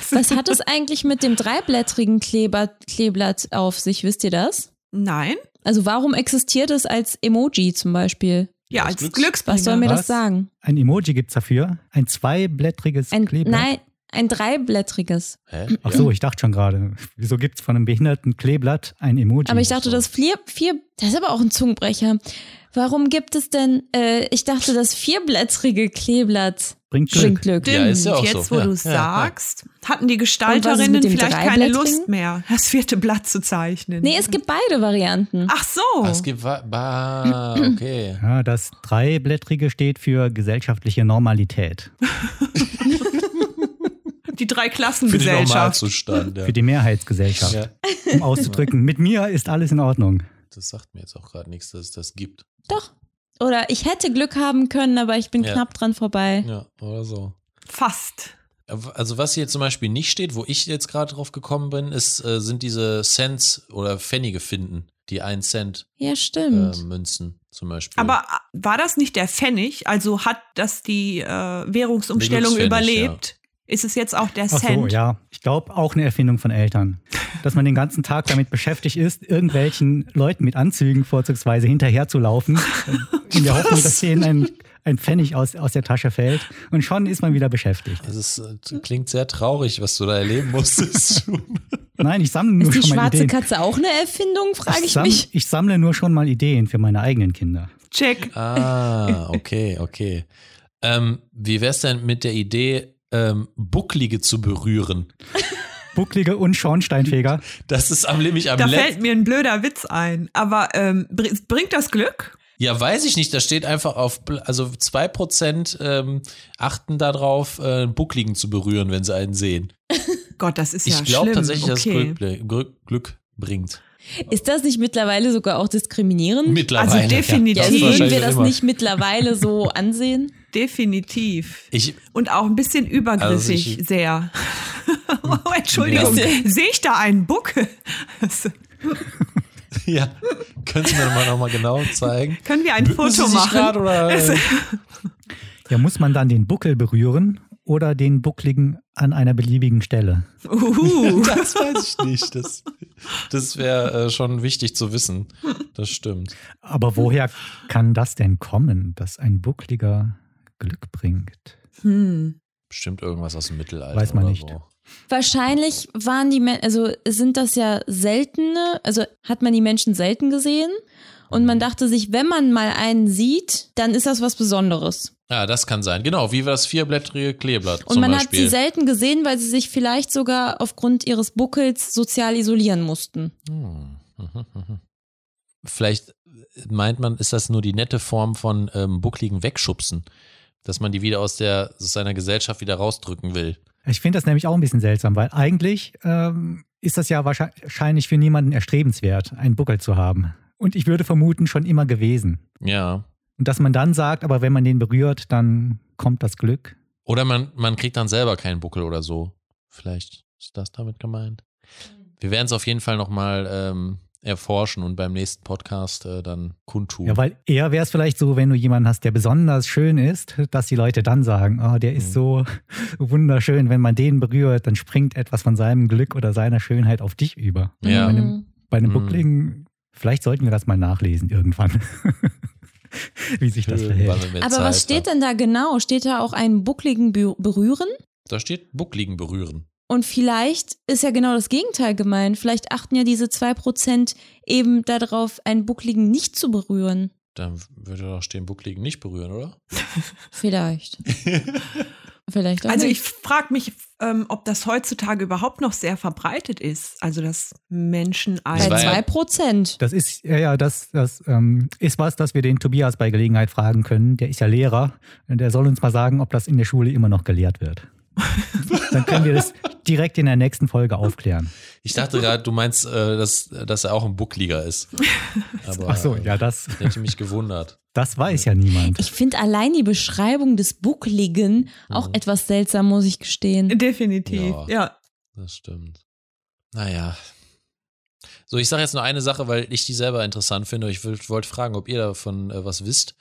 [SPEAKER 2] Was hat es eigentlich mit dem dreiblättrigen Kleber, Kleeblatt auf sich? Wisst ihr das?
[SPEAKER 4] Nein?
[SPEAKER 2] Also warum existiert es als Emoji zum Beispiel?
[SPEAKER 4] Ja,
[SPEAKER 1] Als
[SPEAKER 4] als
[SPEAKER 1] Glücks-
[SPEAKER 4] Glücksbringer.
[SPEAKER 2] Was soll mir das
[SPEAKER 3] Was?
[SPEAKER 2] sagen?
[SPEAKER 3] Ein Emoji gibt's dafür. Ein zweiblättriges
[SPEAKER 2] Ein,
[SPEAKER 3] Kleeblatt.
[SPEAKER 2] nein, ein dreiblättriges.
[SPEAKER 1] Hä?
[SPEAKER 3] Ach so, ich dachte schon gerade. Wieso gibt's von einem behinderten Kleeblatt ein Emoji?
[SPEAKER 2] Aber ich dachte, das vier, vier, das ist aber auch ein Zungenbrecher. Warum gibt es denn, äh, ich dachte, das vierblättrige Kleeblatt
[SPEAKER 3] Bringt Glück.
[SPEAKER 2] Bringt Glück.
[SPEAKER 1] Ja, ist ja auch
[SPEAKER 4] jetzt,
[SPEAKER 1] so.
[SPEAKER 4] wo
[SPEAKER 1] Ja,
[SPEAKER 4] du
[SPEAKER 1] ja, ja.
[SPEAKER 4] sagst, hatten die
[SPEAKER 2] Und was
[SPEAKER 4] Gestalterinnen
[SPEAKER 2] ist mit dem
[SPEAKER 4] vielleicht keine
[SPEAKER 2] Dreiblättrigen?
[SPEAKER 4] Lust mehr, das vierte Blatt zu zeichnen.
[SPEAKER 2] Nee, es gibt beide Varianten.
[SPEAKER 4] Ach so.
[SPEAKER 3] Oh.
[SPEAKER 1] Ah, es gibt. wa- Bah, okay.
[SPEAKER 3] Ja, das Dreiblättrige steht für gesellschaftliche Normalität.
[SPEAKER 4] die
[SPEAKER 1] Für den
[SPEAKER 4] Dreiklassengesellschaft.
[SPEAKER 1] Normalzustand. Ja.
[SPEAKER 3] Für die Mehrheitsgesellschaft.
[SPEAKER 1] ja.
[SPEAKER 3] Um auszudrücken, mit mir ist alles in Ordnung.
[SPEAKER 1] Das sagt mir jetzt auch gerade nichts, dass es das gibt.
[SPEAKER 2] Doch. Oder ich hätte Glück haben können, aber ich bin
[SPEAKER 1] Ja.
[SPEAKER 2] knapp dran vorbei.
[SPEAKER 1] Ja, oder so.
[SPEAKER 4] Fast.
[SPEAKER 1] Also was hier zum Beispiel nicht steht, wo ich jetzt gerade drauf gekommen bin, ist, äh, sind diese Cents oder Pfennige finden, die 1 Cent
[SPEAKER 2] Ja,
[SPEAKER 1] äh,
[SPEAKER 2] stimmt.
[SPEAKER 1] Münzen zum Beispiel.
[SPEAKER 4] Aber äh, war das nicht der Pfennig? Also hat das die äh, Währungsumstellung
[SPEAKER 1] Währungspfennig,
[SPEAKER 4] überlebt? Ist es jetzt auch der
[SPEAKER 3] Ach so,
[SPEAKER 4] Cent?
[SPEAKER 3] ja. Ich glaube, auch eine Erfindung von Eltern. Dass man den ganzen Tag damit beschäftigt ist, irgendwelchen Leuten mit Anzügen vorzugsweise hinterherzulaufen, äh, in der Hoffnung, dass denen ein, ein Pfennig aus, aus der Tasche fällt. Und schon ist man wieder beschäftigt.
[SPEAKER 1] es ist, äh, klingt sehr traurig, was du da erleben musstest.
[SPEAKER 3] Nein, ich sammle nur
[SPEAKER 2] Ist die
[SPEAKER 3] schon mal
[SPEAKER 2] schwarze
[SPEAKER 3] Ideen.
[SPEAKER 2] Katze auch eine Erfindung, frage ich
[SPEAKER 3] samm-
[SPEAKER 2] mich.
[SPEAKER 3] ich sammle nur schon mal Ideen für meine eigenen Kinder.
[SPEAKER 4] Check.
[SPEAKER 1] ah, okay, okay. Ähm, wie wär's denn mit der Idee, ähm, Bucklige zu berühren?
[SPEAKER 3] Bucklige und Schornsteinfeger.
[SPEAKER 1] Das ist am nämlich am
[SPEAKER 4] Da
[SPEAKER 1] letzten.
[SPEAKER 4] fällt mir ein blöder Witz ein. Aber ähm, br- bringt das Glück?
[SPEAKER 1] Ja, weiß ich nicht. Da steht einfach auf, bl- also 2% ähm, achten darauf, äh, Buckligen zu berühren, wenn sie einen sehen.
[SPEAKER 4] Gott, das ist ja
[SPEAKER 1] ich glaube
[SPEAKER 4] schlimm.
[SPEAKER 1] tatsächlich, dass es
[SPEAKER 4] okay.
[SPEAKER 1] Glück, bl- Glück, Glück bringt.
[SPEAKER 2] Ist das nicht mittlerweile sogar auch diskriminierend?
[SPEAKER 1] Mittlerweile.
[SPEAKER 4] Also definitiv.
[SPEAKER 1] Ja,
[SPEAKER 2] ja,
[SPEAKER 1] das ist
[SPEAKER 2] würden
[SPEAKER 1] wahrscheinlich
[SPEAKER 2] wir das
[SPEAKER 1] immer.
[SPEAKER 2] nicht mittlerweile so ansehen?
[SPEAKER 4] Definitiv.
[SPEAKER 1] Ich,
[SPEAKER 4] Und auch ein bisschen übergriffig,
[SPEAKER 1] Also ich- Hm.
[SPEAKER 4] sehr. oh, Entschuldigung,
[SPEAKER 2] Ja.
[SPEAKER 4] sehe ich da einen Buckel? Das-
[SPEAKER 1] ja, können Sie mir mal nochmal genau zeigen?
[SPEAKER 4] Können wir ein
[SPEAKER 1] Bücken
[SPEAKER 4] Foto
[SPEAKER 1] Sie sich grad
[SPEAKER 4] machen?
[SPEAKER 1] Oder?
[SPEAKER 3] Ja, muss man dann den Buckel berühren oder den Buckligen an einer beliebigen Stelle?
[SPEAKER 4] Uhu.
[SPEAKER 1] Das weiß ich nicht. Das, das wäre äh, schon wichtig zu wissen. Das stimmt.
[SPEAKER 3] Aber woher kann das denn kommen, dass ein Buckliger Glück bringt?
[SPEAKER 4] Hm.
[SPEAKER 1] Bestimmt irgendwas aus dem Mittelalter.
[SPEAKER 3] Weiß man
[SPEAKER 1] oder
[SPEAKER 3] nicht.
[SPEAKER 1] So.
[SPEAKER 2] Wahrscheinlich waren die Menschen, also sind das ja seltene, also hat man die Menschen selten gesehen und man dachte sich, wenn man mal einen sieht, dann ist das was Besonderes.
[SPEAKER 1] Ja, das kann sein. Genau, wie das vierblättrige Kleeblatt
[SPEAKER 2] Und
[SPEAKER 1] zum
[SPEAKER 2] man hat
[SPEAKER 1] Beispiel.
[SPEAKER 2] sie selten gesehen, weil sie sich vielleicht sogar aufgrund ihres Buckels sozial isolieren mussten.
[SPEAKER 1] Hm. Vielleicht meint man, ist das nur die nette Form von ähm, buckligen Wegschubsen, dass man die wieder aus der aus seiner Gesellschaft wieder rausdrücken will.
[SPEAKER 3] Ich finde das nämlich auch ein bisschen seltsam, weil eigentlich ähm, ist das ja wahrscheinlich- wahrscheinlich für niemanden erstrebenswert, einen Buckel zu haben. Und ich würde vermuten, schon immer gewesen.
[SPEAKER 1] Ja.
[SPEAKER 3] Und dass man dann sagt, aber wenn man den berührt, dann kommt das Glück.
[SPEAKER 1] Oder man, man kriegt dann selber keinen Buckel oder so. Vielleicht ist das damit gemeint.
[SPEAKER 2] Mhm.
[SPEAKER 1] Wir werden es auf jeden Fall nochmal ähm, erforschen und beim nächsten Podcast äh, dann kundtun.
[SPEAKER 3] Ja, weil eher wäre es vielleicht so, wenn du jemanden hast, der besonders schön ist, dass die Leute dann sagen, ah, der
[SPEAKER 1] Mhm.
[SPEAKER 3] ist so wunderschön. Wenn man den berührt, dann springt etwas von seinem Glück oder seiner Schönheit auf dich über.
[SPEAKER 1] Ja.
[SPEAKER 3] Bei einem, bei einem
[SPEAKER 1] Mhm.
[SPEAKER 3] Buckligen, vielleicht sollten wir das mal nachlesen irgendwann, wie sich das
[SPEAKER 1] Schön,
[SPEAKER 3] verhält.
[SPEAKER 1] wann wir
[SPEAKER 2] Aber
[SPEAKER 1] Zeit
[SPEAKER 2] was steht denn da genau? Steht da auch einen buckligen Bü- Berühren?
[SPEAKER 1] Da steht Buckligen berühren.
[SPEAKER 2] Und vielleicht ist ja genau das Gegenteil gemeint. Vielleicht achten ja diese 2% eben darauf, einen Buckligen nicht zu berühren.
[SPEAKER 1] Dann würde doch stehen Buckligen nicht berühren, oder?
[SPEAKER 2] Vielleicht. vielleicht auch
[SPEAKER 4] Also ich
[SPEAKER 2] nicht.
[SPEAKER 4] frage mich, ähm, ob das heutzutage überhaupt noch sehr verbreitet ist. Also dass Menschen
[SPEAKER 1] Das war ja-
[SPEAKER 4] ein.
[SPEAKER 2] Bei 2%.
[SPEAKER 3] Das ist, ja, ja, das, das ähm, ist was, dass wir den Tobias bei Gelegenheit fragen können. Der ist ja Lehrer. Der soll uns mal sagen, ob das in der Schule immer noch gelehrt wird. Dann können wir das direkt in der nächsten Folge aufklären.
[SPEAKER 1] Ich dachte gerade, du meinst, äh, dass, dass er auch ein Buckliger ist. Aber,
[SPEAKER 3] Ach so,
[SPEAKER 1] äh,
[SPEAKER 3] ja, das,
[SPEAKER 1] Hätte mich gewundert.
[SPEAKER 3] das weiß ja niemand.
[SPEAKER 2] Ich finde allein die Beschreibung des Buckligen auch
[SPEAKER 1] Mhm.
[SPEAKER 2] etwas seltsam, muss ich gestehen.
[SPEAKER 4] Definitiv,
[SPEAKER 1] Ja.
[SPEAKER 4] ja.
[SPEAKER 1] Das stimmt. Naja. So, ich sage jetzt nur eine Sache, weil ich die selber interessant finde. Ich will- wollte fragen, ob ihr davon äh, was wisst.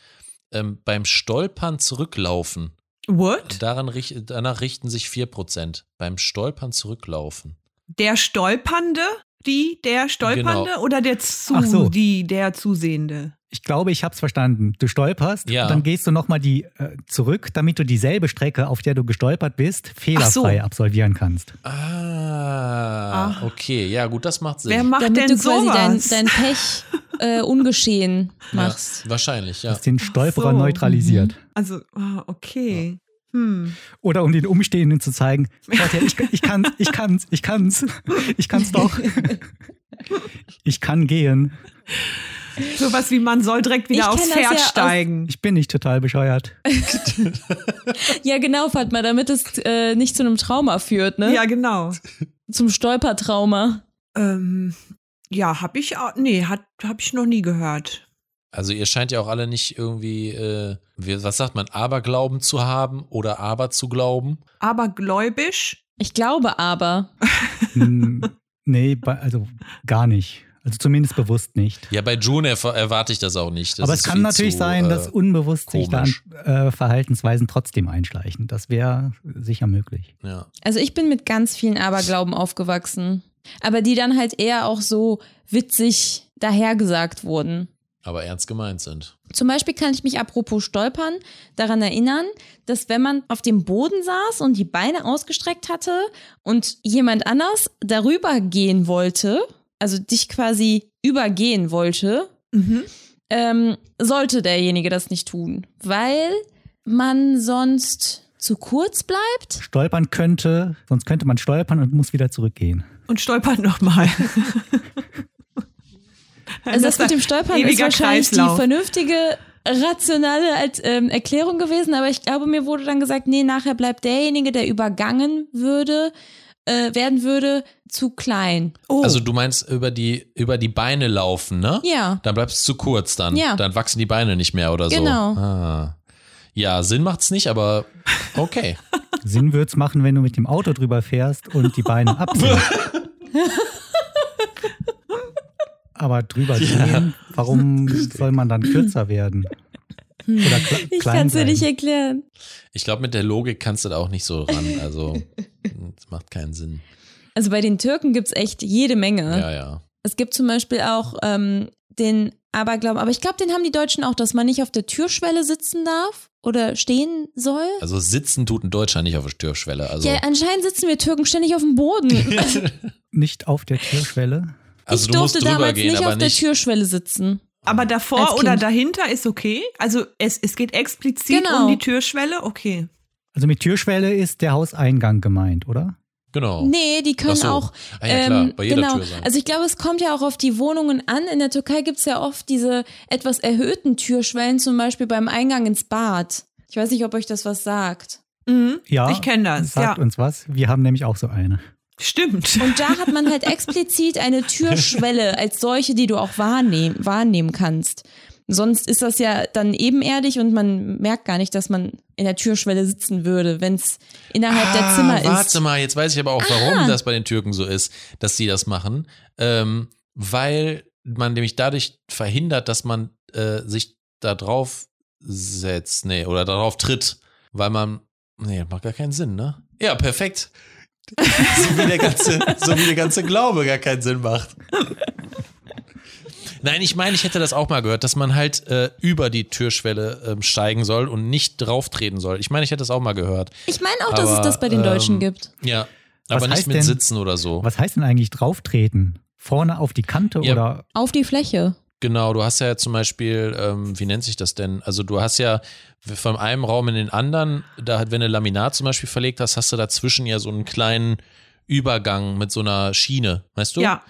[SPEAKER 1] Ähm, beim Stolpern zurücklaufen,
[SPEAKER 4] What?
[SPEAKER 1] daran rich danach richten sich 4%. Beim Stolpern zurücklaufen.
[SPEAKER 4] Der Stolpernde? Die, der Stolpernde oder der zu,
[SPEAKER 3] Ach so.
[SPEAKER 4] die, der Zusehende?
[SPEAKER 3] Ich glaube, ich habe es verstanden. Du stolperst,
[SPEAKER 1] Ja.
[SPEAKER 3] und dann gehst du nochmal die äh, zurück, damit du dieselbe Strecke, auf der du gestolpert bist, fehlerfrei
[SPEAKER 4] so.
[SPEAKER 3] absolvieren kannst.
[SPEAKER 1] Ah,
[SPEAKER 4] Ah.
[SPEAKER 1] okay. Ja, gut, das macht Sinn.
[SPEAKER 4] Wer macht
[SPEAKER 2] Damit du
[SPEAKER 4] denn
[SPEAKER 2] quasi dein,
[SPEAKER 4] sowas?
[SPEAKER 2] dein Pech äh, ungeschehen machst.
[SPEAKER 1] Ja, wahrscheinlich,
[SPEAKER 3] Du
[SPEAKER 1] ja.
[SPEAKER 3] hast den Stolperer
[SPEAKER 4] so.
[SPEAKER 3] neutralisiert.
[SPEAKER 4] also, ah, okay. Hm.
[SPEAKER 3] Oder um den Umstehenden zu zeigen, schaut her, ich, ich kann's, ich kann's, ich kann's, ich kann's doch. Ich kann gehen.
[SPEAKER 4] Sowas wie man soll direkt
[SPEAKER 2] Ich
[SPEAKER 4] wieder aufs
[SPEAKER 2] kenn das
[SPEAKER 4] Pferd
[SPEAKER 2] ja aus-
[SPEAKER 4] steigen.
[SPEAKER 3] Ich bin nicht total bescheuert.
[SPEAKER 2] Ja, genau, Fatma, damit es äh, nicht zu einem Trauma führt, ne?
[SPEAKER 4] Ja, genau.
[SPEAKER 2] Zum Stolpertrauma.
[SPEAKER 4] Ähm, ja, habe ich auch. Nee, hat habe ich noch nie gehört.
[SPEAKER 1] Also ihr scheint ja auch alle nicht irgendwie, äh, wie, was sagt man, Aberglauben zu haben oder Aber zu glauben.
[SPEAKER 4] Aber gläubisch?
[SPEAKER 2] Ich glaube aber.
[SPEAKER 3] Hm, nee, bei- also gar nicht. Also zumindest bewusst nicht.
[SPEAKER 1] Ja, bei June erf- erwarte ich das auch nicht. Das
[SPEAKER 3] Aber
[SPEAKER 1] ist
[SPEAKER 3] es kann
[SPEAKER 1] viel
[SPEAKER 3] natürlich
[SPEAKER 1] zu,
[SPEAKER 3] sein, dass
[SPEAKER 1] äh,
[SPEAKER 3] unbewusst sich da
[SPEAKER 1] komisch.
[SPEAKER 3] äh, Verhaltensweisen trotzdem einschleichen. Das wäre sicher möglich.
[SPEAKER 1] ja.
[SPEAKER 2] Also ich bin mit ganz vielen Aberglauben aufgewachsen. Aber die dann halt eher auch so witzig dahergesagt wurden.
[SPEAKER 1] aber ernst gemeint sind.
[SPEAKER 2] Zum Beispiel kann ich mich apropos Stolpern daran erinnern, dass wenn man auf dem Boden saß und die Beine ausgestreckt hatte und jemand anders darüber gehen wollte, also dich quasi übergehen wollte,
[SPEAKER 4] Mhm.
[SPEAKER 2] ähm, sollte derjenige das nicht tun, weil man sonst zu kurz bleibt.
[SPEAKER 3] Stolpern könnte, sonst könnte man stolpern und muss wieder zurückgehen.
[SPEAKER 4] Und stolpert nochmal.
[SPEAKER 2] Also das, mit dem Stolpern ist
[SPEAKER 4] ewiger
[SPEAKER 2] wahrscheinlich
[SPEAKER 4] Kreislauf.
[SPEAKER 2] die vernünftige, rationale als, ähm, Erklärung gewesen, aber ich glaube, mir wurde dann gesagt, nee, nachher bleibt derjenige, der übergangen würde, äh, werden würde, zu klein.
[SPEAKER 4] oh,
[SPEAKER 1] Also du meinst über die, über die Beine laufen, ne?
[SPEAKER 2] Ja.
[SPEAKER 1] Dann bleibst du zu kurz dann.
[SPEAKER 2] Ja.
[SPEAKER 1] Dann wachsen die Beine nicht mehr oder so.
[SPEAKER 2] Genau.
[SPEAKER 1] Ah. Ja, Sinn macht's nicht, aber okay.
[SPEAKER 3] Sinn würde es machen, wenn du mit dem Auto drüber fährst und die Beine absetzt. Aber drüber gehen, warum soll man dann kürzer werden?
[SPEAKER 4] Hm.
[SPEAKER 3] Oder kle
[SPEAKER 2] Ich
[SPEAKER 3] klein
[SPEAKER 2] kann es dir
[SPEAKER 3] sein?
[SPEAKER 2] nicht erklären.
[SPEAKER 1] Ich glaube, mit der Logik kannst du da auch nicht so ran. Also, das macht keinen Sinn.
[SPEAKER 2] Also bei den Türken gibt's echt jede Menge.
[SPEAKER 1] Ja, ja.
[SPEAKER 2] Es gibt zum Beispiel auch ähm, den Aberglauben, aber ich glaube, den haben die Deutschen auch, dass man nicht auf der Türschwelle sitzen darf oder stehen soll.
[SPEAKER 1] Also sitzen tut ein Deutscher nicht auf der Türschwelle. Also,
[SPEAKER 2] Ja, anscheinend sitzen wir Türken ständig auf dem Boden.
[SPEAKER 3] Nicht auf der Türschwelle.
[SPEAKER 1] also
[SPEAKER 2] ich
[SPEAKER 1] du musst
[SPEAKER 2] durfte
[SPEAKER 1] drüber
[SPEAKER 2] damals
[SPEAKER 1] gehen,
[SPEAKER 2] nicht
[SPEAKER 1] aber
[SPEAKER 2] auf der
[SPEAKER 1] nicht.
[SPEAKER 2] Türschwelle sitzen.
[SPEAKER 4] aber
[SPEAKER 2] als
[SPEAKER 4] davor
[SPEAKER 2] Kind.
[SPEAKER 4] oder dahinter ist okay. Also es, es geht explizit
[SPEAKER 2] Genau.
[SPEAKER 4] um die Türschwelle, okay.
[SPEAKER 3] Also mit Türschwelle ist der Hauseingang gemeint, oder?
[SPEAKER 1] Genau.
[SPEAKER 2] Nee, die können
[SPEAKER 1] Ach so.
[SPEAKER 2] auch.
[SPEAKER 1] Ah, ja, klar.
[SPEAKER 2] ähm,
[SPEAKER 1] Bei jeder
[SPEAKER 2] genau.
[SPEAKER 1] Tür sein.
[SPEAKER 2] Also ich glaube, es kommt ja auch auf die Wohnungen an. In der Türkei gibt's ja oft diese etwas erhöhten Türschwellen, zum Beispiel beim Eingang ins Bad. Ich weiß nicht, ob euch das was sagt.
[SPEAKER 4] Mhm.
[SPEAKER 3] Ja.
[SPEAKER 4] ich kenne das. Ja,
[SPEAKER 3] Sagt uns was. Wir haben nämlich auch so eine.
[SPEAKER 4] stimmt.
[SPEAKER 2] Und da hat man halt explizit eine Türschwelle als solche, die du auch wahrnehm, wahrnehmen kannst. Sonst ist das ja dann ebenerdig und man merkt gar nicht, dass man in der Türschwelle sitzen würde, wenn es innerhalb der Zimmer
[SPEAKER 1] Ah, warte
[SPEAKER 2] ist. Ah.
[SPEAKER 1] mal, jetzt weiß ich aber auch, warum das bei den Türken so ist, dass sie das machen. Ähm, weil man nämlich dadurch verhindert, dass man äh, sich da drauf setzt, nee, oder darauf tritt, weil man, nee, das macht gar keinen Sinn, ne? Ja, perfekt. so, wie der ganze, so wie der ganze Glaube gar keinen Sinn macht. Nein, ich meine, ich hätte das auch mal gehört, dass man halt äh, über die Türschwelle ähm, steigen soll und nicht drauf treten soll. Ich meine, ich hätte das auch mal gehört.
[SPEAKER 2] Ich meine auch, dass
[SPEAKER 1] Aber,
[SPEAKER 2] es das bei den
[SPEAKER 1] ähm,
[SPEAKER 2] Deutschen gibt.
[SPEAKER 1] Ja,
[SPEAKER 3] Was
[SPEAKER 1] aber nicht
[SPEAKER 3] heißt
[SPEAKER 1] mit
[SPEAKER 3] denn-
[SPEAKER 1] Sitzen oder so.
[SPEAKER 3] Was heißt denn eigentlich drauftreten? Vorne auf die Kante
[SPEAKER 1] Ja.
[SPEAKER 3] oder
[SPEAKER 2] Auf die Fläche.
[SPEAKER 1] Genau, du hast ja zum Beispiel, ähm, wie nennt sich das denn? Also du hast ja von einem Raum in den anderen, da hat, wenn du Laminat zum Beispiel verlegt hast, hast du dazwischen ja so einen kleinen Übergang mit so einer Schiene, weißt du?
[SPEAKER 4] Ja.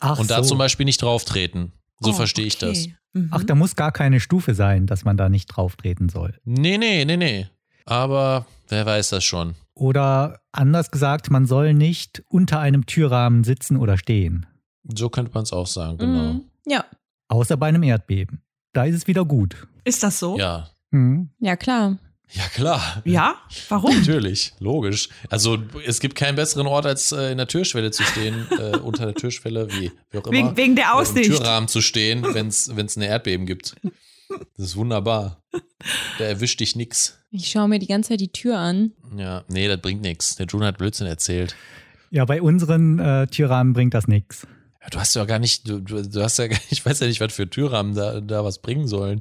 [SPEAKER 3] ach
[SPEAKER 1] Und da
[SPEAKER 3] so.
[SPEAKER 1] zum Beispiel nicht drauf treten. So
[SPEAKER 4] Oh,
[SPEAKER 1] verstehe ich das.
[SPEAKER 4] okay. Mhm.
[SPEAKER 3] Ach, da muss gar keine Stufe sein, dass man da nicht drauftreten soll.
[SPEAKER 1] Nee, nee, nee, nee. Aber wer weiß das schon?
[SPEAKER 3] Oder anders gesagt, man soll nicht unter einem Türrahmen sitzen oder stehen.
[SPEAKER 1] So könnte man es auch sagen, genau.
[SPEAKER 2] Mhm. Ja,
[SPEAKER 3] Außer bei einem Erdbeben. Da ist es wieder gut.
[SPEAKER 4] Ist das so?
[SPEAKER 1] Ja.
[SPEAKER 3] Hm.
[SPEAKER 2] ja klar.
[SPEAKER 1] Ja, klar.
[SPEAKER 4] Ja? Warum?
[SPEAKER 1] Natürlich, logisch. Also es gibt keinen besseren Ort, als äh, in der Türschwelle zu stehen, äh, unter der Türschwelle, wie, wie auch immer.
[SPEAKER 4] Wegen, wegen der
[SPEAKER 1] Oder Im
[SPEAKER 4] Aussicht.
[SPEAKER 1] Türrahmen zu stehen, wenn es ein Erdbeben gibt. Das ist wunderbar. Da erwischt dich nix.
[SPEAKER 2] Ich schaue mir die ganze Zeit die Tür an.
[SPEAKER 1] Ja, nee, das bringt nix. Der June hat Blödsinn erzählt.
[SPEAKER 3] Ja, bei unseren äh, Türrahmen bringt das nichts.
[SPEAKER 1] Ja, du hast ja gar nicht, du, du du hast ja gar, ich weiß ja nicht, was für Türrahmen da, da was bringen sollen.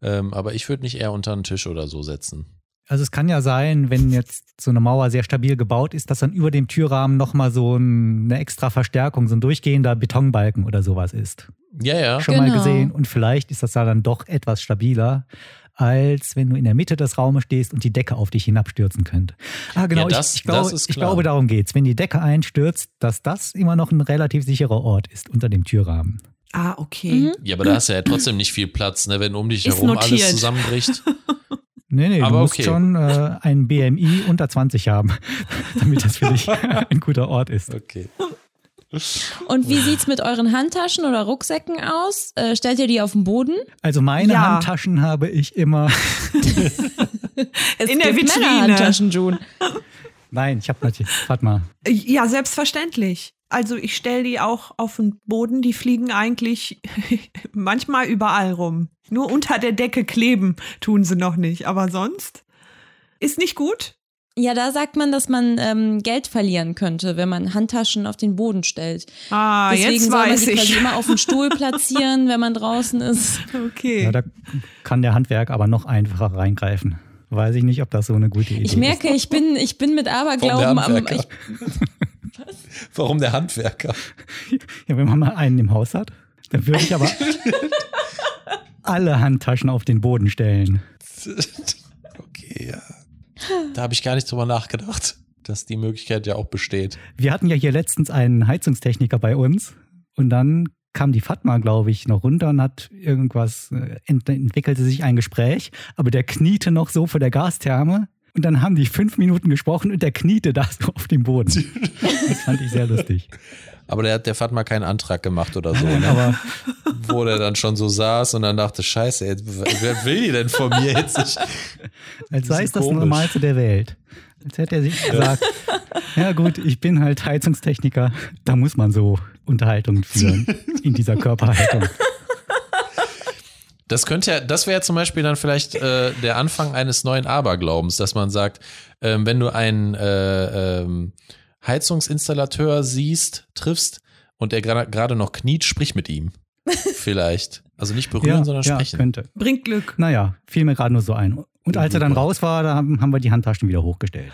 [SPEAKER 1] Ähm, aber ich würde mich eher unter einen Tisch oder so setzen.
[SPEAKER 3] Also es kann ja sein, wenn jetzt so eine Mauer sehr stabil gebaut ist, dass dann über dem Türrahmen nochmal so ein, eine extra Verstärkung, so ein durchgehender Betonbalken oder sowas ist.
[SPEAKER 1] Ja, ja.
[SPEAKER 3] Schon mal
[SPEAKER 2] Genau.
[SPEAKER 3] gesehen. Und vielleicht ist das da dann doch etwas stabiler. als wenn du in der Mitte des Raumes stehst und die Decke auf dich hinabstürzen könnte. Ah, genau,
[SPEAKER 1] Ja, das-
[SPEAKER 3] ich, ich, glaube,
[SPEAKER 1] das ist
[SPEAKER 3] ich
[SPEAKER 1] klar.
[SPEAKER 3] glaube, darum geht's. Wenn die Decke einstürzt, dass das immer noch ein relativ sicherer Ort ist unter dem Türrahmen.
[SPEAKER 4] Ah, okay.
[SPEAKER 2] Mhm.
[SPEAKER 1] Ja, aber da hast du ja trotzdem nicht viel Platz, ne, wenn um dich
[SPEAKER 4] Ist
[SPEAKER 1] herum alles
[SPEAKER 4] notiert.
[SPEAKER 1] zusammenbricht.
[SPEAKER 3] Nee, nee,
[SPEAKER 1] Aber
[SPEAKER 3] du musst
[SPEAKER 1] okay.
[SPEAKER 3] schon äh, ein BMI unter 20 haben, damit das für dich ein guter Ort ist.
[SPEAKER 1] Okay.
[SPEAKER 2] Und wie sieht's mit euren Handtaschen oder Rucksäcken aus? Äh, stellt ihr die auf den Boden?
[SPEAKER 3] Also meine
[SPEAKER 4] Ja.
[SPEAKER 3] Handtaschen habe ich immer.
[SPEAKER 2] Es
[SPEAKER 4] In der
[SPEAKER 2] gibt
[SPEAKER 4] Vitrine.
[SPEAKER 2] Männerhandtaschen, June.
[SPEAKER 3] Nein, ich habe natürlich. Warte mal.
[SPEAKER 4] Ja, selbstverständlich. Also ich stelle die auch auf den Boden, die fliegen eigentlich manchmal überall rum. Nur unter der Decke kleben tun sie noch nicht, aber sonst ist nicht gut.
[SPEAKER 2] Ja, da sagt man, dass man ähm, Geld verlieren könnte, wenn man Handtaschen auf den Boden stellt.
[SPEAKER 4] Ah,
[SPEAKER 2] Deswegen
[SPEAKER 4] jetzt
[SPEAKER 2] soll man
[SPEAKER 4] weiß
[SPEAKER 2] die quasi
[SPEAKER 4] ich.
[SPEAKER 2] immer auf den Stuhl platzieren, wenn man draußen ist.
[SPEAKER 4] Okay.
[SPEAKER 3] Ja, da kann der Handwerk aber noch einfacher reingreifen. Weiß ich nicht, ob das so eine gute Idee
[SPEAKER 2] Ich merke, ich bin, ich bin mit Aberglauben
[SPEAKER 1] Warum
[SPEAKER 2] am.
[SPEAKER 1] der
[SPEAKER 2] Ich,
[SPEAKER 1] Handwerker? Warum der Handwerker?
[SPEAKER 3] ist. Ja, wenn man mal einen im Haus hat, dann würde ich aber alle Handtaschen auf den Boden stellen.
[SPEAKER 1] Okay, ja. Da habe ich gar nicht drüber nachgedacht, dass die Möglichkeit ja auch besteht.
[SPEAKER 3] Wir hatten ja hier letztens einen Heizungstechniker bei uns und dann kam die Fatma, glaube ich, noch runter und hat irgendwas, äh, ent entwickelte sich ein Gespräch, aber der kniete noch so vor der Gastherme und dann haben die fünf Minuten gesprochen und der kniete da so auf dem Boden. Das fand ich sehr lustig.
[SPEAKER 1] Aber der hat der Fatma keinen Antrag gemacht oder so, ne?
[SPEAKER 3] Aber
[SPEAKER 1] wo der dann schon so saß und dann dachte, scheiße, jetzt, wer will die denn von mir jetzt? Ich,
[SPEAKER 3] als sei es das
[SPEAKER 1] komisch.
[SPEAKER 3] Normalste der Welt. Als hätte er sich gesagt, ja gut, ich bin halt Heizungstechniker, da muss man so Unterhaltung führen in dieser Körperhaltung.
[SPEAKER 1] Das könnte ja, das wäre ja zum Beispiel dann vielleicht äh, der Anfang eines neuen Aberglaubens, dass man sagt, ähm, wenn du einen äh, ähm, Heizungsinstallateur siehst, triffst und er gra- gerade noch kniet, sprich mit ihm. Vielleicht. Also nicht berühren, sondern
[SPEAKER 3] ja,
[SPEAKER 1] sprechen.
[SPEAKER 3] könnte.
[SPEAKER 4] Bringt Glück.
[SPEAKER 3] Naja, fiel mir gerade nur so ein. Und als er dann raus war, da haben, haben wir die Handtaschen wieder hochgestellt.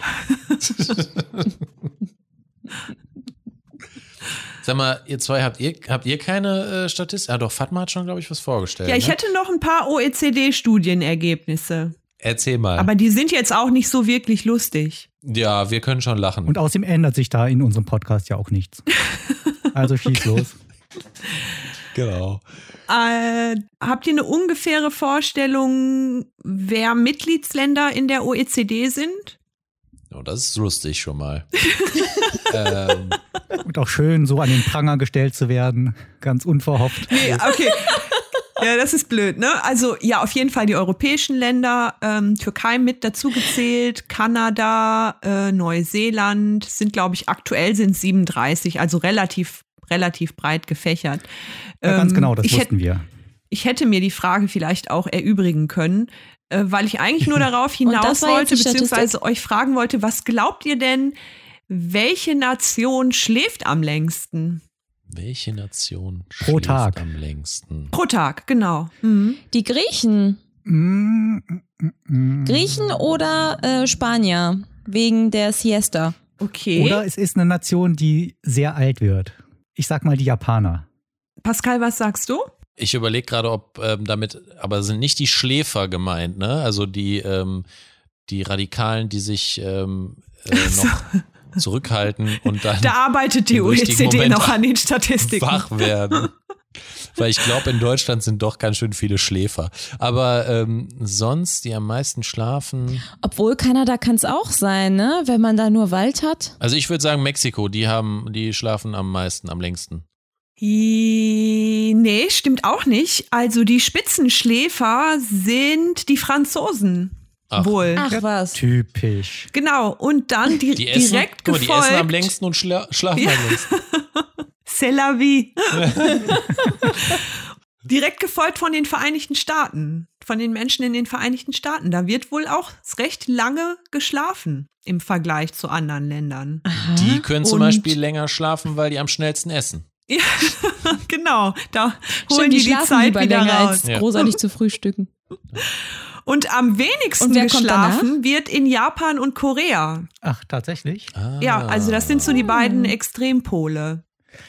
[SPEAKER 1] Sag mal, ihr zwei habt ihr habt ihr keine äh, Statistik? Ah, doch Fatma hat schon, glaube ich, was vorgestellt.
[SPEAKER 4] Ja, ich
[SPEAKER 1] ne?
[SPEAKER 4] hätte noch ein paar OECD-Studienergebnisse.
[SPEAKER 1] Erzähl mal.
[SPEAKER 4] Aber die sind jetzt auch nicht so wirklich lustig.
[SPEAKER 1] ja, wir können schon lachen.
[SPEAKER 3] Und außerdem ändert sich da in unserem Podcast ja auch nichts. Also schieß los.
[SPEAKER 1] genau.
[SPEAKER 4] Äh, habt ihr eine ungefähre Vorstellung, wer Mitgliedsländer in der OECD sind?
[SPEAKER 1] Oh, das ist lustig schon mal. ähm,
[SPEAKER 3] Und auch schön, so an den Pranger gestellt zu werden. Ganz unverhofft.
[SPEAKER 4] Nee, okay. Ja, das ist blöd, ne? Also ja, auf jeden Fall die europäischen Länder, ähm, Türkei mit dazugezählt, Kanada, äh, Neuseeland sind, glaube ich, aktuell sind 37, also relativ, relativ breit gefächert.
[SPEAKER 3] Ja, ganz
[SPEAKER 4] Ähm,
[SPEAKER 3] genau, das
[SPEAKER 4] ich hätt-
[SPEAKER 3] wussten wir.
[SPEAKER 4] Ich hätte mir die Frage vielleicht auch erübrigen können, äh, weil ich eigentlich nur darauf
[SPEAKER 2] das
[SPEAKER 4] hinaus
[SPEAKER 2] war jetzt die
[SPEAKER 4] wollte,
[SPEAKER 2] Statistik?
[SPEAKER 4] beziehungsweise euch fragen wollte, was glaubt ihr denn, welche Nation schläft am längsten?
[SPEAKER 1] welche Nation
[SPEAKER 3] Pro
[SPEAKER 1] schläft
[SPEAKER 3] Tag.
[SPEAKER 1] am längsten?
[SPEAKER 4] Pro Tag, genau. Mhm.
[SPEAKER 2] die Griechen.
[SPEAKER 3] Mm, mm, mm.
[SPEAKER 2] Griechen oder äh, Spanier. Wegen der Siesta.
[SPEAKER 4] Okay.
[SPEAKER 3] Oder es ist eine Nation, die sehr alt wird. Ich sag mal die Japaner.
[SPEAKER 4] Pascal, was sagst du?
[SPEAKER 1] Ich überlege gerade, ob ähm, damit, aber sind nicht die Schläfer gemeint, ne? Also die, ähm, die Radikalen, die sich ähm, äh, noch zurückhalten und dann
[SPEAKER 4] Da arbeitet die
[SPEAKER 1] Im richtigen
[SPEAKER 4] OECD
[SPEAKER 1] Moment.
[SPEAKER 4] noch an den Statistiken.
[SPEAKER 1] wach werden. Weil ich glaube, in Deutschland sind doch ganz schön viele Schläfer. Aber ähm, sonst, die am meisten schlafen.
[SPEAKER 2] Obwohl Kanada kann es auch sein, ne? Wenn man da nur Wald hat.
[SPEAKER 1] Also ich würde sagen, Mexiko, die haben, die schlafen am meisten, am längsten.
[SPEAKER 4] I- Nee, stimmt auch nicht. Also die Spitzenschläfer sind die Franzosen.
[SPEAKER 1] Ach.
[SPEAKER 4] Wohl.
[SPEAKER 2] Ach was.
[SPEAKER 3] Typisch.
[SPEAKER 4] Genau. Und dann die,
[SPEAKER 1] Die essen,
[SPEAKER 4] direkt
[SPEAKER 1] guck mal, die
[SPEAKER 4] gefolgt.
[SPEAKER 1] essen am längsten und schla schlafen
[SPEAKER 4] Ja.
[SPEAKER 1] am längsten.
[SPEAKER 4] C'est la vie. direkt gefolgt von den Vereinigten Staaten. Von den Menschen in den Vereinigten Staaten. Da wird wohl auch recht lange geschlafen im Vergleich zu anderen Ländern.
[SPEAKER 1] Die können zum
[SPEAKER 4] Und-
[SPEAKER 1] Beispiel länger schlafen, weil die am schnellsten essen.
[SPEAKER 4] Ja, genau. Da holen
[SPEAKER 2] Stimmt,
[SPEAKER 4] die die
[SPEAKER 2] schlafen
[SPEAKER 4] Zeit
[SPEAKER 2] lieber
[SPEAKER 4] wieder
[SPEAKER 2] länger,
[SPEAKER 4] raus.
[SPEAKER 2] als
[SPEAKER 1] Ja.
[SPEAKER 2] großartig zu frühstücken.
[SPEAKER 4] Und am wenigsten
[SPEAKER 2] Und wer kommt
[SPEAKER 4] geschlafen wird in Japan und Korea. also
[SPEAKER 3] Ach, tatsächlich?
[SPEAKER 1] Ah.
[SPEAKER 4] Ah. Ja, also das sind so die beiden Extrempole.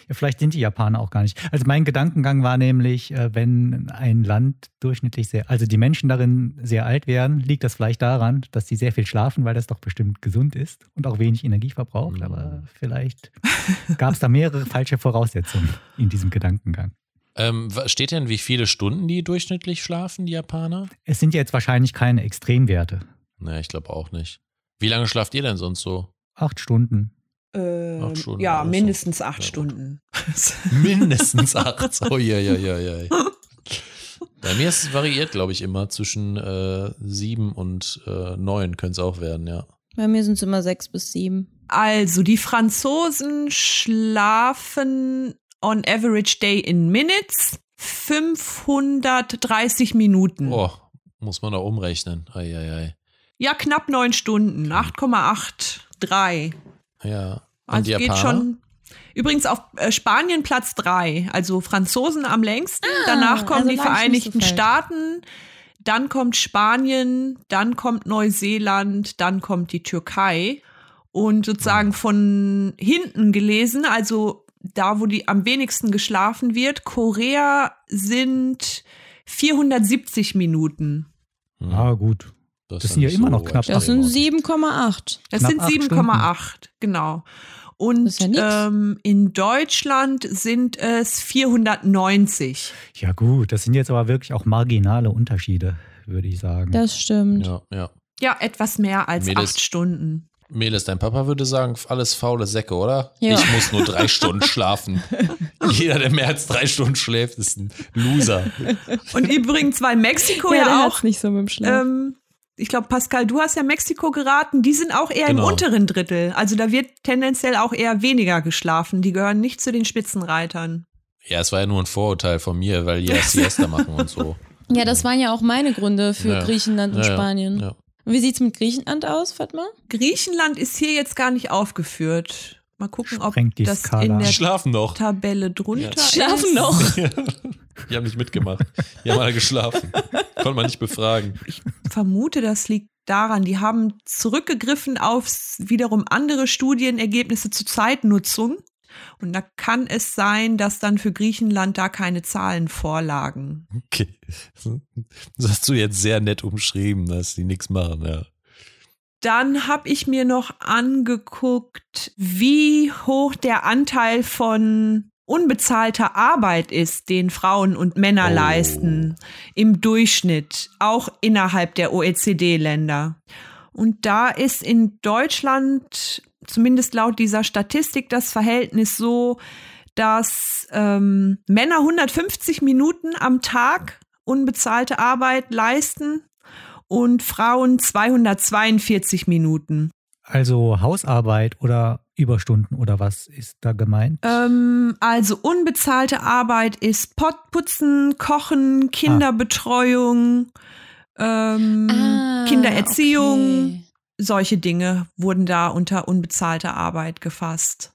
[SPEAKER 3] Ja, vielleicht sind die Japaner auch gar nicht. Also mein Gedankengang war nämlich, äh, wenn ein Land durchschnittlich sehr, also die Menschen darin sehr alt werden, liegt das vielleicht daran, dass sie sehr viel schlafen, weil das doch bestimmt gesund ist und auch wenig Energie verbraucht.
[SPEAKER 1] Mhm.
[SPEAKER 3] Aber vielleicht gab es da mehrere falsche Voraussetzungen in diesem Gedankengang.
[SPEAKER 1] Ähm, wa- steht denn, wie viele Stunden die durchschnittlich schlafen, die Japaner?
[SPEAKER 3] Es sind ja jetzt wahrscheinlich keine Extremwerte.
[SPEAKER 1] Naja, ich glaube auch nicht. Wie lange schlaft ihr denn sonst so?
[SPEAKER 3] Acht Stunden.
[SPEAKER 4] Ähm,
[SPEAKER 1] Acht Stunden
[SPEAKER 4] ja,
[SPEAKER 1] oder so.
[SPEAKER 4] mindestens acht
[SPEAKER 1] Ja, gut.
[SPEAKER 4] Stunden.
[SPEAKER 1] Mindestens acht. Oh, ja, ja, ja, ja. Bei mir ist es variiert, glaube ich, immer zwischen äh, sieben und äh, neun könnte es auch werden, ja.
[SPEAKER 2] Bei mir sind es immer sechs bis sieben.
[SPEAKER 4] Also, die Franzosen schlafen on average day in minutes 530 Minuten.
[SPEAKER 1] Oh, muss man da umrechnen. Ei, ei,
[SPEAKER 4] Ja, knapp neun Stunden, 8,83.
[SPEAKER 1] ei. Ja. Und
[SPEAKER 4] Also
[SPEAKER 1] die
[SPEAKER 4] geht
[SPEAKER 1] Japaner?
[SPEAKER 4] schon. Übrigens auf äh, Spanien Platz drei, also Franzosen am längsten, danach kommen
[SPEAKER 2] also
[SPEAKER 4] die
[SPEAKER 2] lag ich nicht
[SPEAKER 4] Vereinigten
[SPEAKER 2] so falsch.
[SPEAKER 4] Staaten, dann kommt Spanien, dann kommt Neuseeland, dann kommt die Türkei und sozusagen von hinten gelesen, also da wo die am wenigsten geschlafen wird, Korea sind 470 Minuten.
[SPEAKER 1] Hm,
[SPEAKER 3] Ah, gut. das
[SPEAKER 1] ist
[SPEAKER 3] sind ja
[SPEAKER 1] nicht
[SPEAKER 3] immer noch knapp
[SPEAKER 2] Das sind 7,8.
[SPEAKER 4] Das
[SPEAKER 3] Knapp
[SPEAKER 4] sind
[SPEAKER 3] acht
[SPEAKER 4] 7,8, genau. Und
[SPEAKER 2] Das ist ja nix.
[SPEAKER 4] ähm, in Deutschland sind es 490.
[SPEAKER 3] Ja, gut. Das sind jetzt aber wirklich auch marginale Unterschiede, würde ich sagen.
[SPEAKER 2] Das stimmt.
[SPEAKER 1] Ja, ja.
[SPEAKER 4] Ja, etwas mehr als
[SPEAKER 1] Mädels.
[SPEAKER 4] acht Stunden.
[SPEAKER 1] Meles, dein Papa würde sagen, alles faule Säcke, oder?
[SPEAKER 2] Ja.
[SPEAKER 1] Ich muss nur drei Stunden schlafen. Jeder, der mehr als drei Stunden schläft, ist ein Loser.
[SPEAKER 4] Und übrigens, weil Mexiko ja,
[SPEAKER 2] der
[SPEAKER 4] auch,
[SPEAKER 2] hat's nicht so mit dem Schlaf.
[SPEAKER 4] ähm, ich glaube, Pascal, du hast ja Mexiko geraten, die sind auch eher
[SPEAKER 1] Genau.
[SPEAKER 4] im unteren Drittel. Also da wird tendenziell auch eher weniger geschlafen. Die gehören nicht zu den Spitzenreitern.
[SPEAKER 1] Ja, es war ja nur ein Vorurteil von mir, weil die ja Siesta machen und so.
[SPEAKER 2] Ähm, ja, das waren ja auch meine Gründe für
[SPEAKER 1] Ja.
[SPEAKER 2] Griechenland und
[SPEAKER 1] Ja, ja,
[SPEAKER 2] Spanien.
[SPEAKER 1] Ja.
[SPEAKER 2] Wie sieht's mit Griechenland aus, Fatma?
[SPEAKER 4] Griechenland ist hier jetzt gar nicht aufgeführt. Mal gucken, ob
[SPEAKER 3] Sprengt die
[SPEAKER 4] das
[SPEAKER 3] Skala.
[SPEAKER 4] in
[SPEAKER 1] Die
[SPEAKER 4] der
[SPEAKER 1] schlafen noch.
[SPEAKER 4] Tabelle drunter
[SPEAKER 1] Ja.
[SPEAKER 4] ist.
[SPEAKER 2] Schlafen noch.
[SPEAKER 1] Die haben nicht mitgemacht. Die haben alle geschlafen. Konnte man nicht befragen.
[SPEAKER 4] vermute, das liegt daran, die haben zurückgegriffen auf wiederum andere Studienergebnisse zur Zeitnutzung. Und da kann es sein, dass dann für Griechenland da keine Zahlen vorlagen.
[SPEAKER 1] Okay. Das hast du jetzt sehr nett umschrieben, dass die nichts machen, ja.
[SPEAKER 4] Dann habe ich mir noch angeguckt, wie hoch der Anteil von unbezahlter Arbeit ist, den Frauen und Männer
[SPEAKER 1] Oh.
[SPEAKER 4] leisten im Durchschnitt, auch innerhalb der OECD-Länder. Und da ist in Deutschland, zumindest laut dieser Statistik, das Verhältnis so, dass ähm, Männer 150 Minuten am Tag unbezahlte Arbeit leisten und Frauen 242 Minuten.
[SPEAKER 3] Also Hausarbeit oder Überstunden oder was ist da gemeint?
[SPEAKER 4] Ähm, also unbezahlte Arbeit ist Pot- Putzen, Kochen, Kinderbetreuung,
[SPEAKER 2] Mhm.
[SPEAKER 4] ähm,
[SPEAKER 2] Ah,
[SPEAKER 4] Kindererziehung.
[SPEAKER 2] okay.
[SPEAKER 4] Solche Dinge wurden da unter unbezahlte Arbeit gefasst.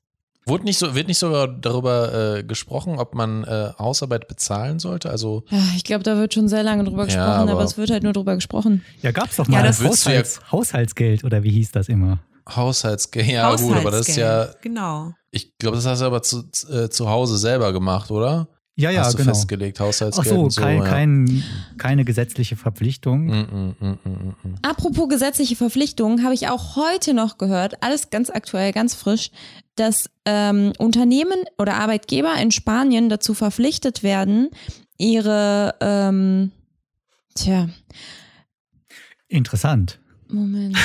[SPEAKER 1] Wurde nicht so, wird nicht sogar darüber äh, gesprochen, ob man äh, Hausarbeit bezahlen sollte? Also
[SPEAKER 2] Ja, Ah, ich glaube, da wird schon sehr lange drüber
[SPEAKER 1] Ja,
[SPEAKER 2] gesprochen, aber,
[SPEAKER 1] aber-
[SPEAKER 2] es wird halt nur drüber gesprochen.
[SPEAKER 3] ja, gab es doch
[SPEAKER 4] ja,
[SPEAKER 3] mal
[SPEAKER 4] das
[SPEAKER 1] willst du ja-
[SPEAKER 3] Haushalts, Haushaltsgeld oder wie hieß das immer?
[SPEAKER 1] Haushaltsgeld. Ja, gut, aber das ist ja,
[SPEAKER 4] Haushaltsgeld, genau.
[SPEAKER 1] ich glaube, das hast du aber zu, zu- äh, zu Hause selber gemacht, oder?
[SPEAKER 3] Ja, ja,
[SPEAKER 1] hast du
[SPEAKER 3] genau.
[SPEAKER 1] festgelegt,
[SPEAKER 3] Ach
[SPEAKER 1] Haushaltsgeld.
[SPEAKER 3] so,
[SPEAKER 1] und so
[SPEAKER 3] kein,
[SPEAKER 1] ja.
[SPEAKER 3] kein, keine gesetzliche Verpflichtung.
[SPEAKER 1] Mm, mm, mm, mm, mm.
[SPEAKER 2] Apropos gesetzliche Verpflichtungen, habe ich auch heute noch gehört, alles ganz aktuell, ganz frisch, dass ähm, Unternehmen oder Arbeitgeber in Spanien dazu verpflichtet werden, ihre, ähm, tja,
[SPEAKER 3] Interessant.
[SPEAKER 2] Moment.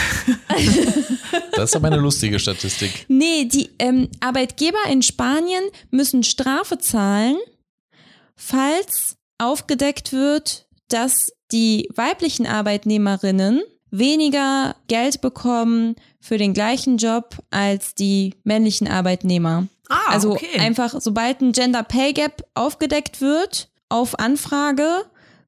[SPEAKER 1] Das ist aber eine lustige Statistik.
[SPEAKER 2] Nee, die ähm, Arbeitgeber in Spanien müssen Strafe zahlen, falls aufgedeckt wird, dass die weiblichen Arbeitnehmerinnen weniger Geld bekommen für den gleichen Job als die männlichen Arbeitnehmer.
[SPEAKER 4] Ah,
[SPEAKER 2] also
[SPEAKER 4] okay.
[SPEAKER 2] einfach, sobald ein Gender Pay Gap aufgedeckt wird, auf Anfrage,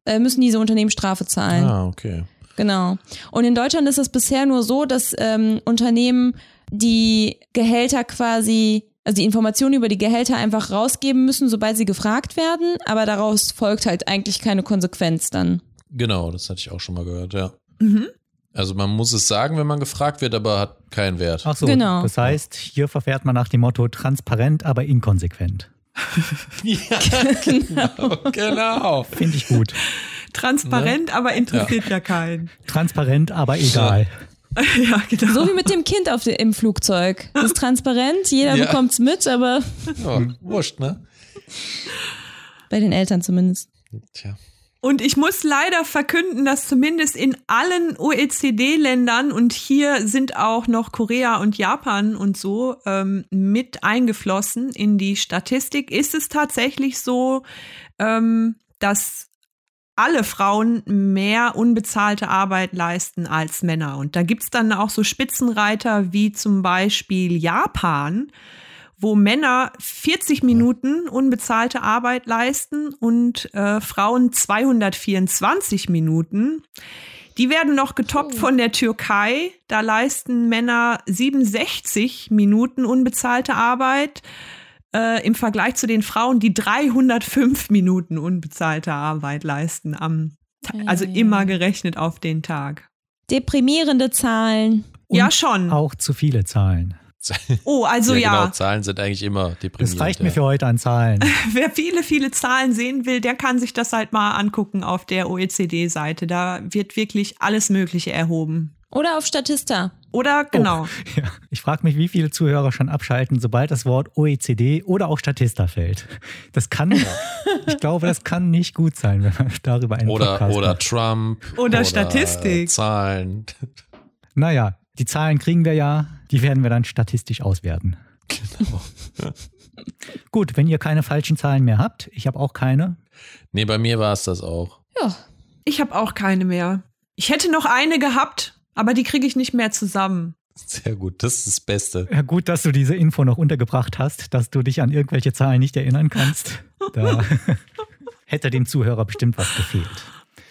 [SPEAKER 2] äh, müssen diese Unternehmen Strafe zahlen.
[SPEAKER 1] Ah, okay.
[SPEAKER 2] Genau. Und in Deutschland ist es bisher nur so, dass ähm, Unternehmen die Gehälter quasi, also die Informationen über die Gehälter einfach rausgeben müssen, sobald sie gefragt werden, aber daraus folgt halt eigentlich keine Konsequenz dann.
[SPEAKER 1] Genau, das hatte ich auch schon mal gehört, ja.
[SPEAKER 4] mhm.
[SPEAKER 1] Also man muss es sagen, wenn man gefragt wird, aber hat keinen Wert.
[SPEAKER 3] Ach so,
[SPEAKER 2] Genau.
[SPEAKER 3] das heißt, hier verfährt man nach dem Motto transparent, aber inkonsequent.
[SPEAKER 1] Ja, genau. genau.
[SPEAKER 3] Finde ich gut.
[SPEAKER 4] Transparent,
[SPEAKER 1] Ne?
[SPEAKER 4] aber interessiert ja, keinen.
[SPEAKER 3] Transparent, aber egal.
[SPEAKER 4] ja, genau.
[SPEAKER 2] So wie mit dem Kind auf de, im Flugzeug. Das ist transparent, jeder
[SPEAKER 1] Ja.
[SPEAKER 2] bekommt's mit, aber
[SPEAKER 1] Ja, wurscht, ne?
[SPEAKER 2] bei den Eltern zumindest.
[SPEAKER 1] Tja.
[SPEAKER 4] Und ich muss leider verkünden, dass zumindest in allen OECD-Ländern und hier sind auch noch Korea und Japan und so ähm, mit eingeflossen in die Statistik, ist es tatsächlich so, ähm, dass alle Frauen mehr unbezahlte Arbeit leisten als Männer. Und da gibt's dann auch so Spitzenreiter wie zum Beispiel Japan, wo Männer 40 Minuten unbezahlte Arbeit leisten und äh, Frauen 224 Minuten. Die werden noch getoppt von der Türkei. Da leisten Männer 67 Minuten unbezahlte Arbeit äh, im Vergleich zu den Frauen, die 305 Minuten unbezahlte Arbeit leisten am Ta- also
[SPEAKER 2] Ei.
[SPEAKER 4] immer gerechnet auf den Tag.
[SPEAKER 2] Deprimierende Zahlen.
[SPEAKER 3] Und
[SPEAKER 4] ja, schon.
[SPEAKER 3] Auch zu viele Zahlen.
[SPEAKER 4] Oh, also ja.
[SPEAKER 1] Genau, Zahlen sind eigentlich immer deprimierend.
[SPEAKER 3] Das reicht
[SPEAKER 1] ja.
[SPEAKER 3] mir für heute an Zahlen.
[SPEAKER 4] Wer viele, viele Zahlen sehen will, der kann sich das halt mal angucken auf der OECD-Seite. Da wird wirklich alles Mögliche erhoben.
[SPEAKER 2] Oder auf Statista.
[SPEAKER 4] Oder genau.
[SPEAKER 3] Ja. Ich frage mich, wie viele Zuhörer schon abschalten, sobald das Wort OECD oder auch Statista fällt. Das kann, ich glaube, das kann nicht gut sein, wenn man darüber einen
[SPEAKER 1] Oder,
[SPEAKER 3] Podcast ne?
[SPEAKER 1] oder
[SPEAKER 3] macht.
[SPEAKER 1] Trump. äh,
[SPEAKER 4] Oder Statistik.
[SPEAKER 1] Zahlen.
[SPEAKER 3] Naja, die Zahlen kriegen wir ja, die werden wir dann statistisch auswerten.
[SPEAKER 1] Genau.
[SPEAKER 3] Gut, wenn ihr keine falschen Zahlen mehr habt, ich habe auch keine.
[SPEAKER 1] Nee, bei mir war es das auch.
[SPEAKER 2] Ja.
[SPEAKER 4] Ich habe auch keine mehr. Ich hätte noch eine gehabt, aber die kriege ich nicht mehr zusammen.
[SPEAKER 1] Sehr gut, das ist das Beste.
[SPEAKER 3] Ja, gut, dass du diese Info noch untergebracht hast, dass du dich an irgendwelche Zahlen nicht erinnern kannst. Da hätte dem Zuhörer bestimmt was gefehlt.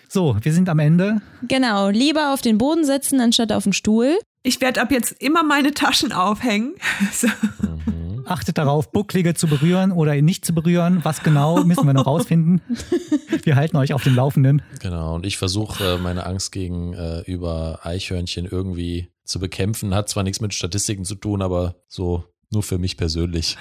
[SPEAKER 3] So, wir sind am Ende.
[SPEAKER 2] Genau. Lieber auf den Boden setzen, anstatt auf den Stuhl.
[SPEAKER 4] Ich werde ab jetzt immer meine Taschen aufhängen. So.
[SPEAKER 1] Mhm.
[SPEAKER 3] Achtet darauf, Bucklige zu berühren oder ihn nicht zu berühren. Was genau, müssen wir noch rausfinden. Wir halten euch auf dem Laufenden.
[SPEAKER 1] Genau, und ich versuche äh, meine Angst gegenüber äh, über Eichhörnchen irgendwie zu bekämpfen. Hat zwar nichts mit Statistiken zu tun, aber so nur für mich persönlich.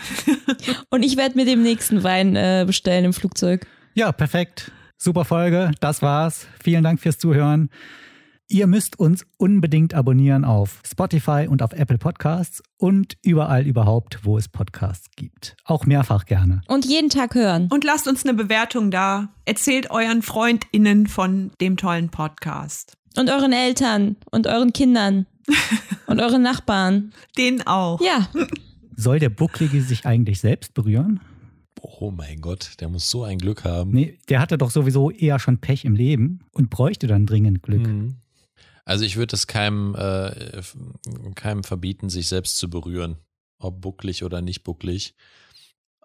[SPEAKER 2] Und ich werde mir dem nächsten Wein äh, bestellen im Flugzeug.
[SPEAKER 3] Ja, perfekt. Super Folge. Das war's. Vielen Dank fürs Zuhören. Ihr müsst uns unbedingt abonnieren auf Spotify und auf Apple Podcasts und überall überhaupt, wo es Podcasts gibt. Auch mehrfach gerne.
[SPEAKER 2] Und jeden Tag hören.
[SPEAKER 4] Und lasst uns eine Bewertung da. Erzählt euren FreundInnen von dem tollen Podcast.
[SPEAKER 2] Und euren Eltern und euren Kindern und euren Nachbarn.
[SPEAKER 4] Den auch.
[SPEAKER 2] Ja.
[SPEAKER 3] Soll der Bucklige sich eigentlich selbst berühren?
[SPEAKER 1] Oh mein Gott, der muss so ein Glück haben.
[SPEAKER 3] Nee, der hatte doch sowieso eher schon Pech im Leben und bräuchte dann dringend Glück.
[SPEAKER 1] Mhm. Also ich würde es keinem, äh, f- keinem verbieten, sich selbst zu berühren, ob bucklig oder nicht bucklig.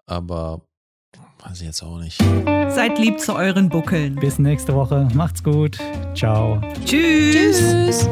[SPEAKER 1] Aber weiß ich jetzt auch nicht.
[SPEAKER 4] Seid lieb zu euren Buckeln.
[SPEAKER 3] Bis nächste Woche. Macht's gut. Ciao.
[SPEAKER 4] Tschüss.
[SPEAKER 2] Tschüss.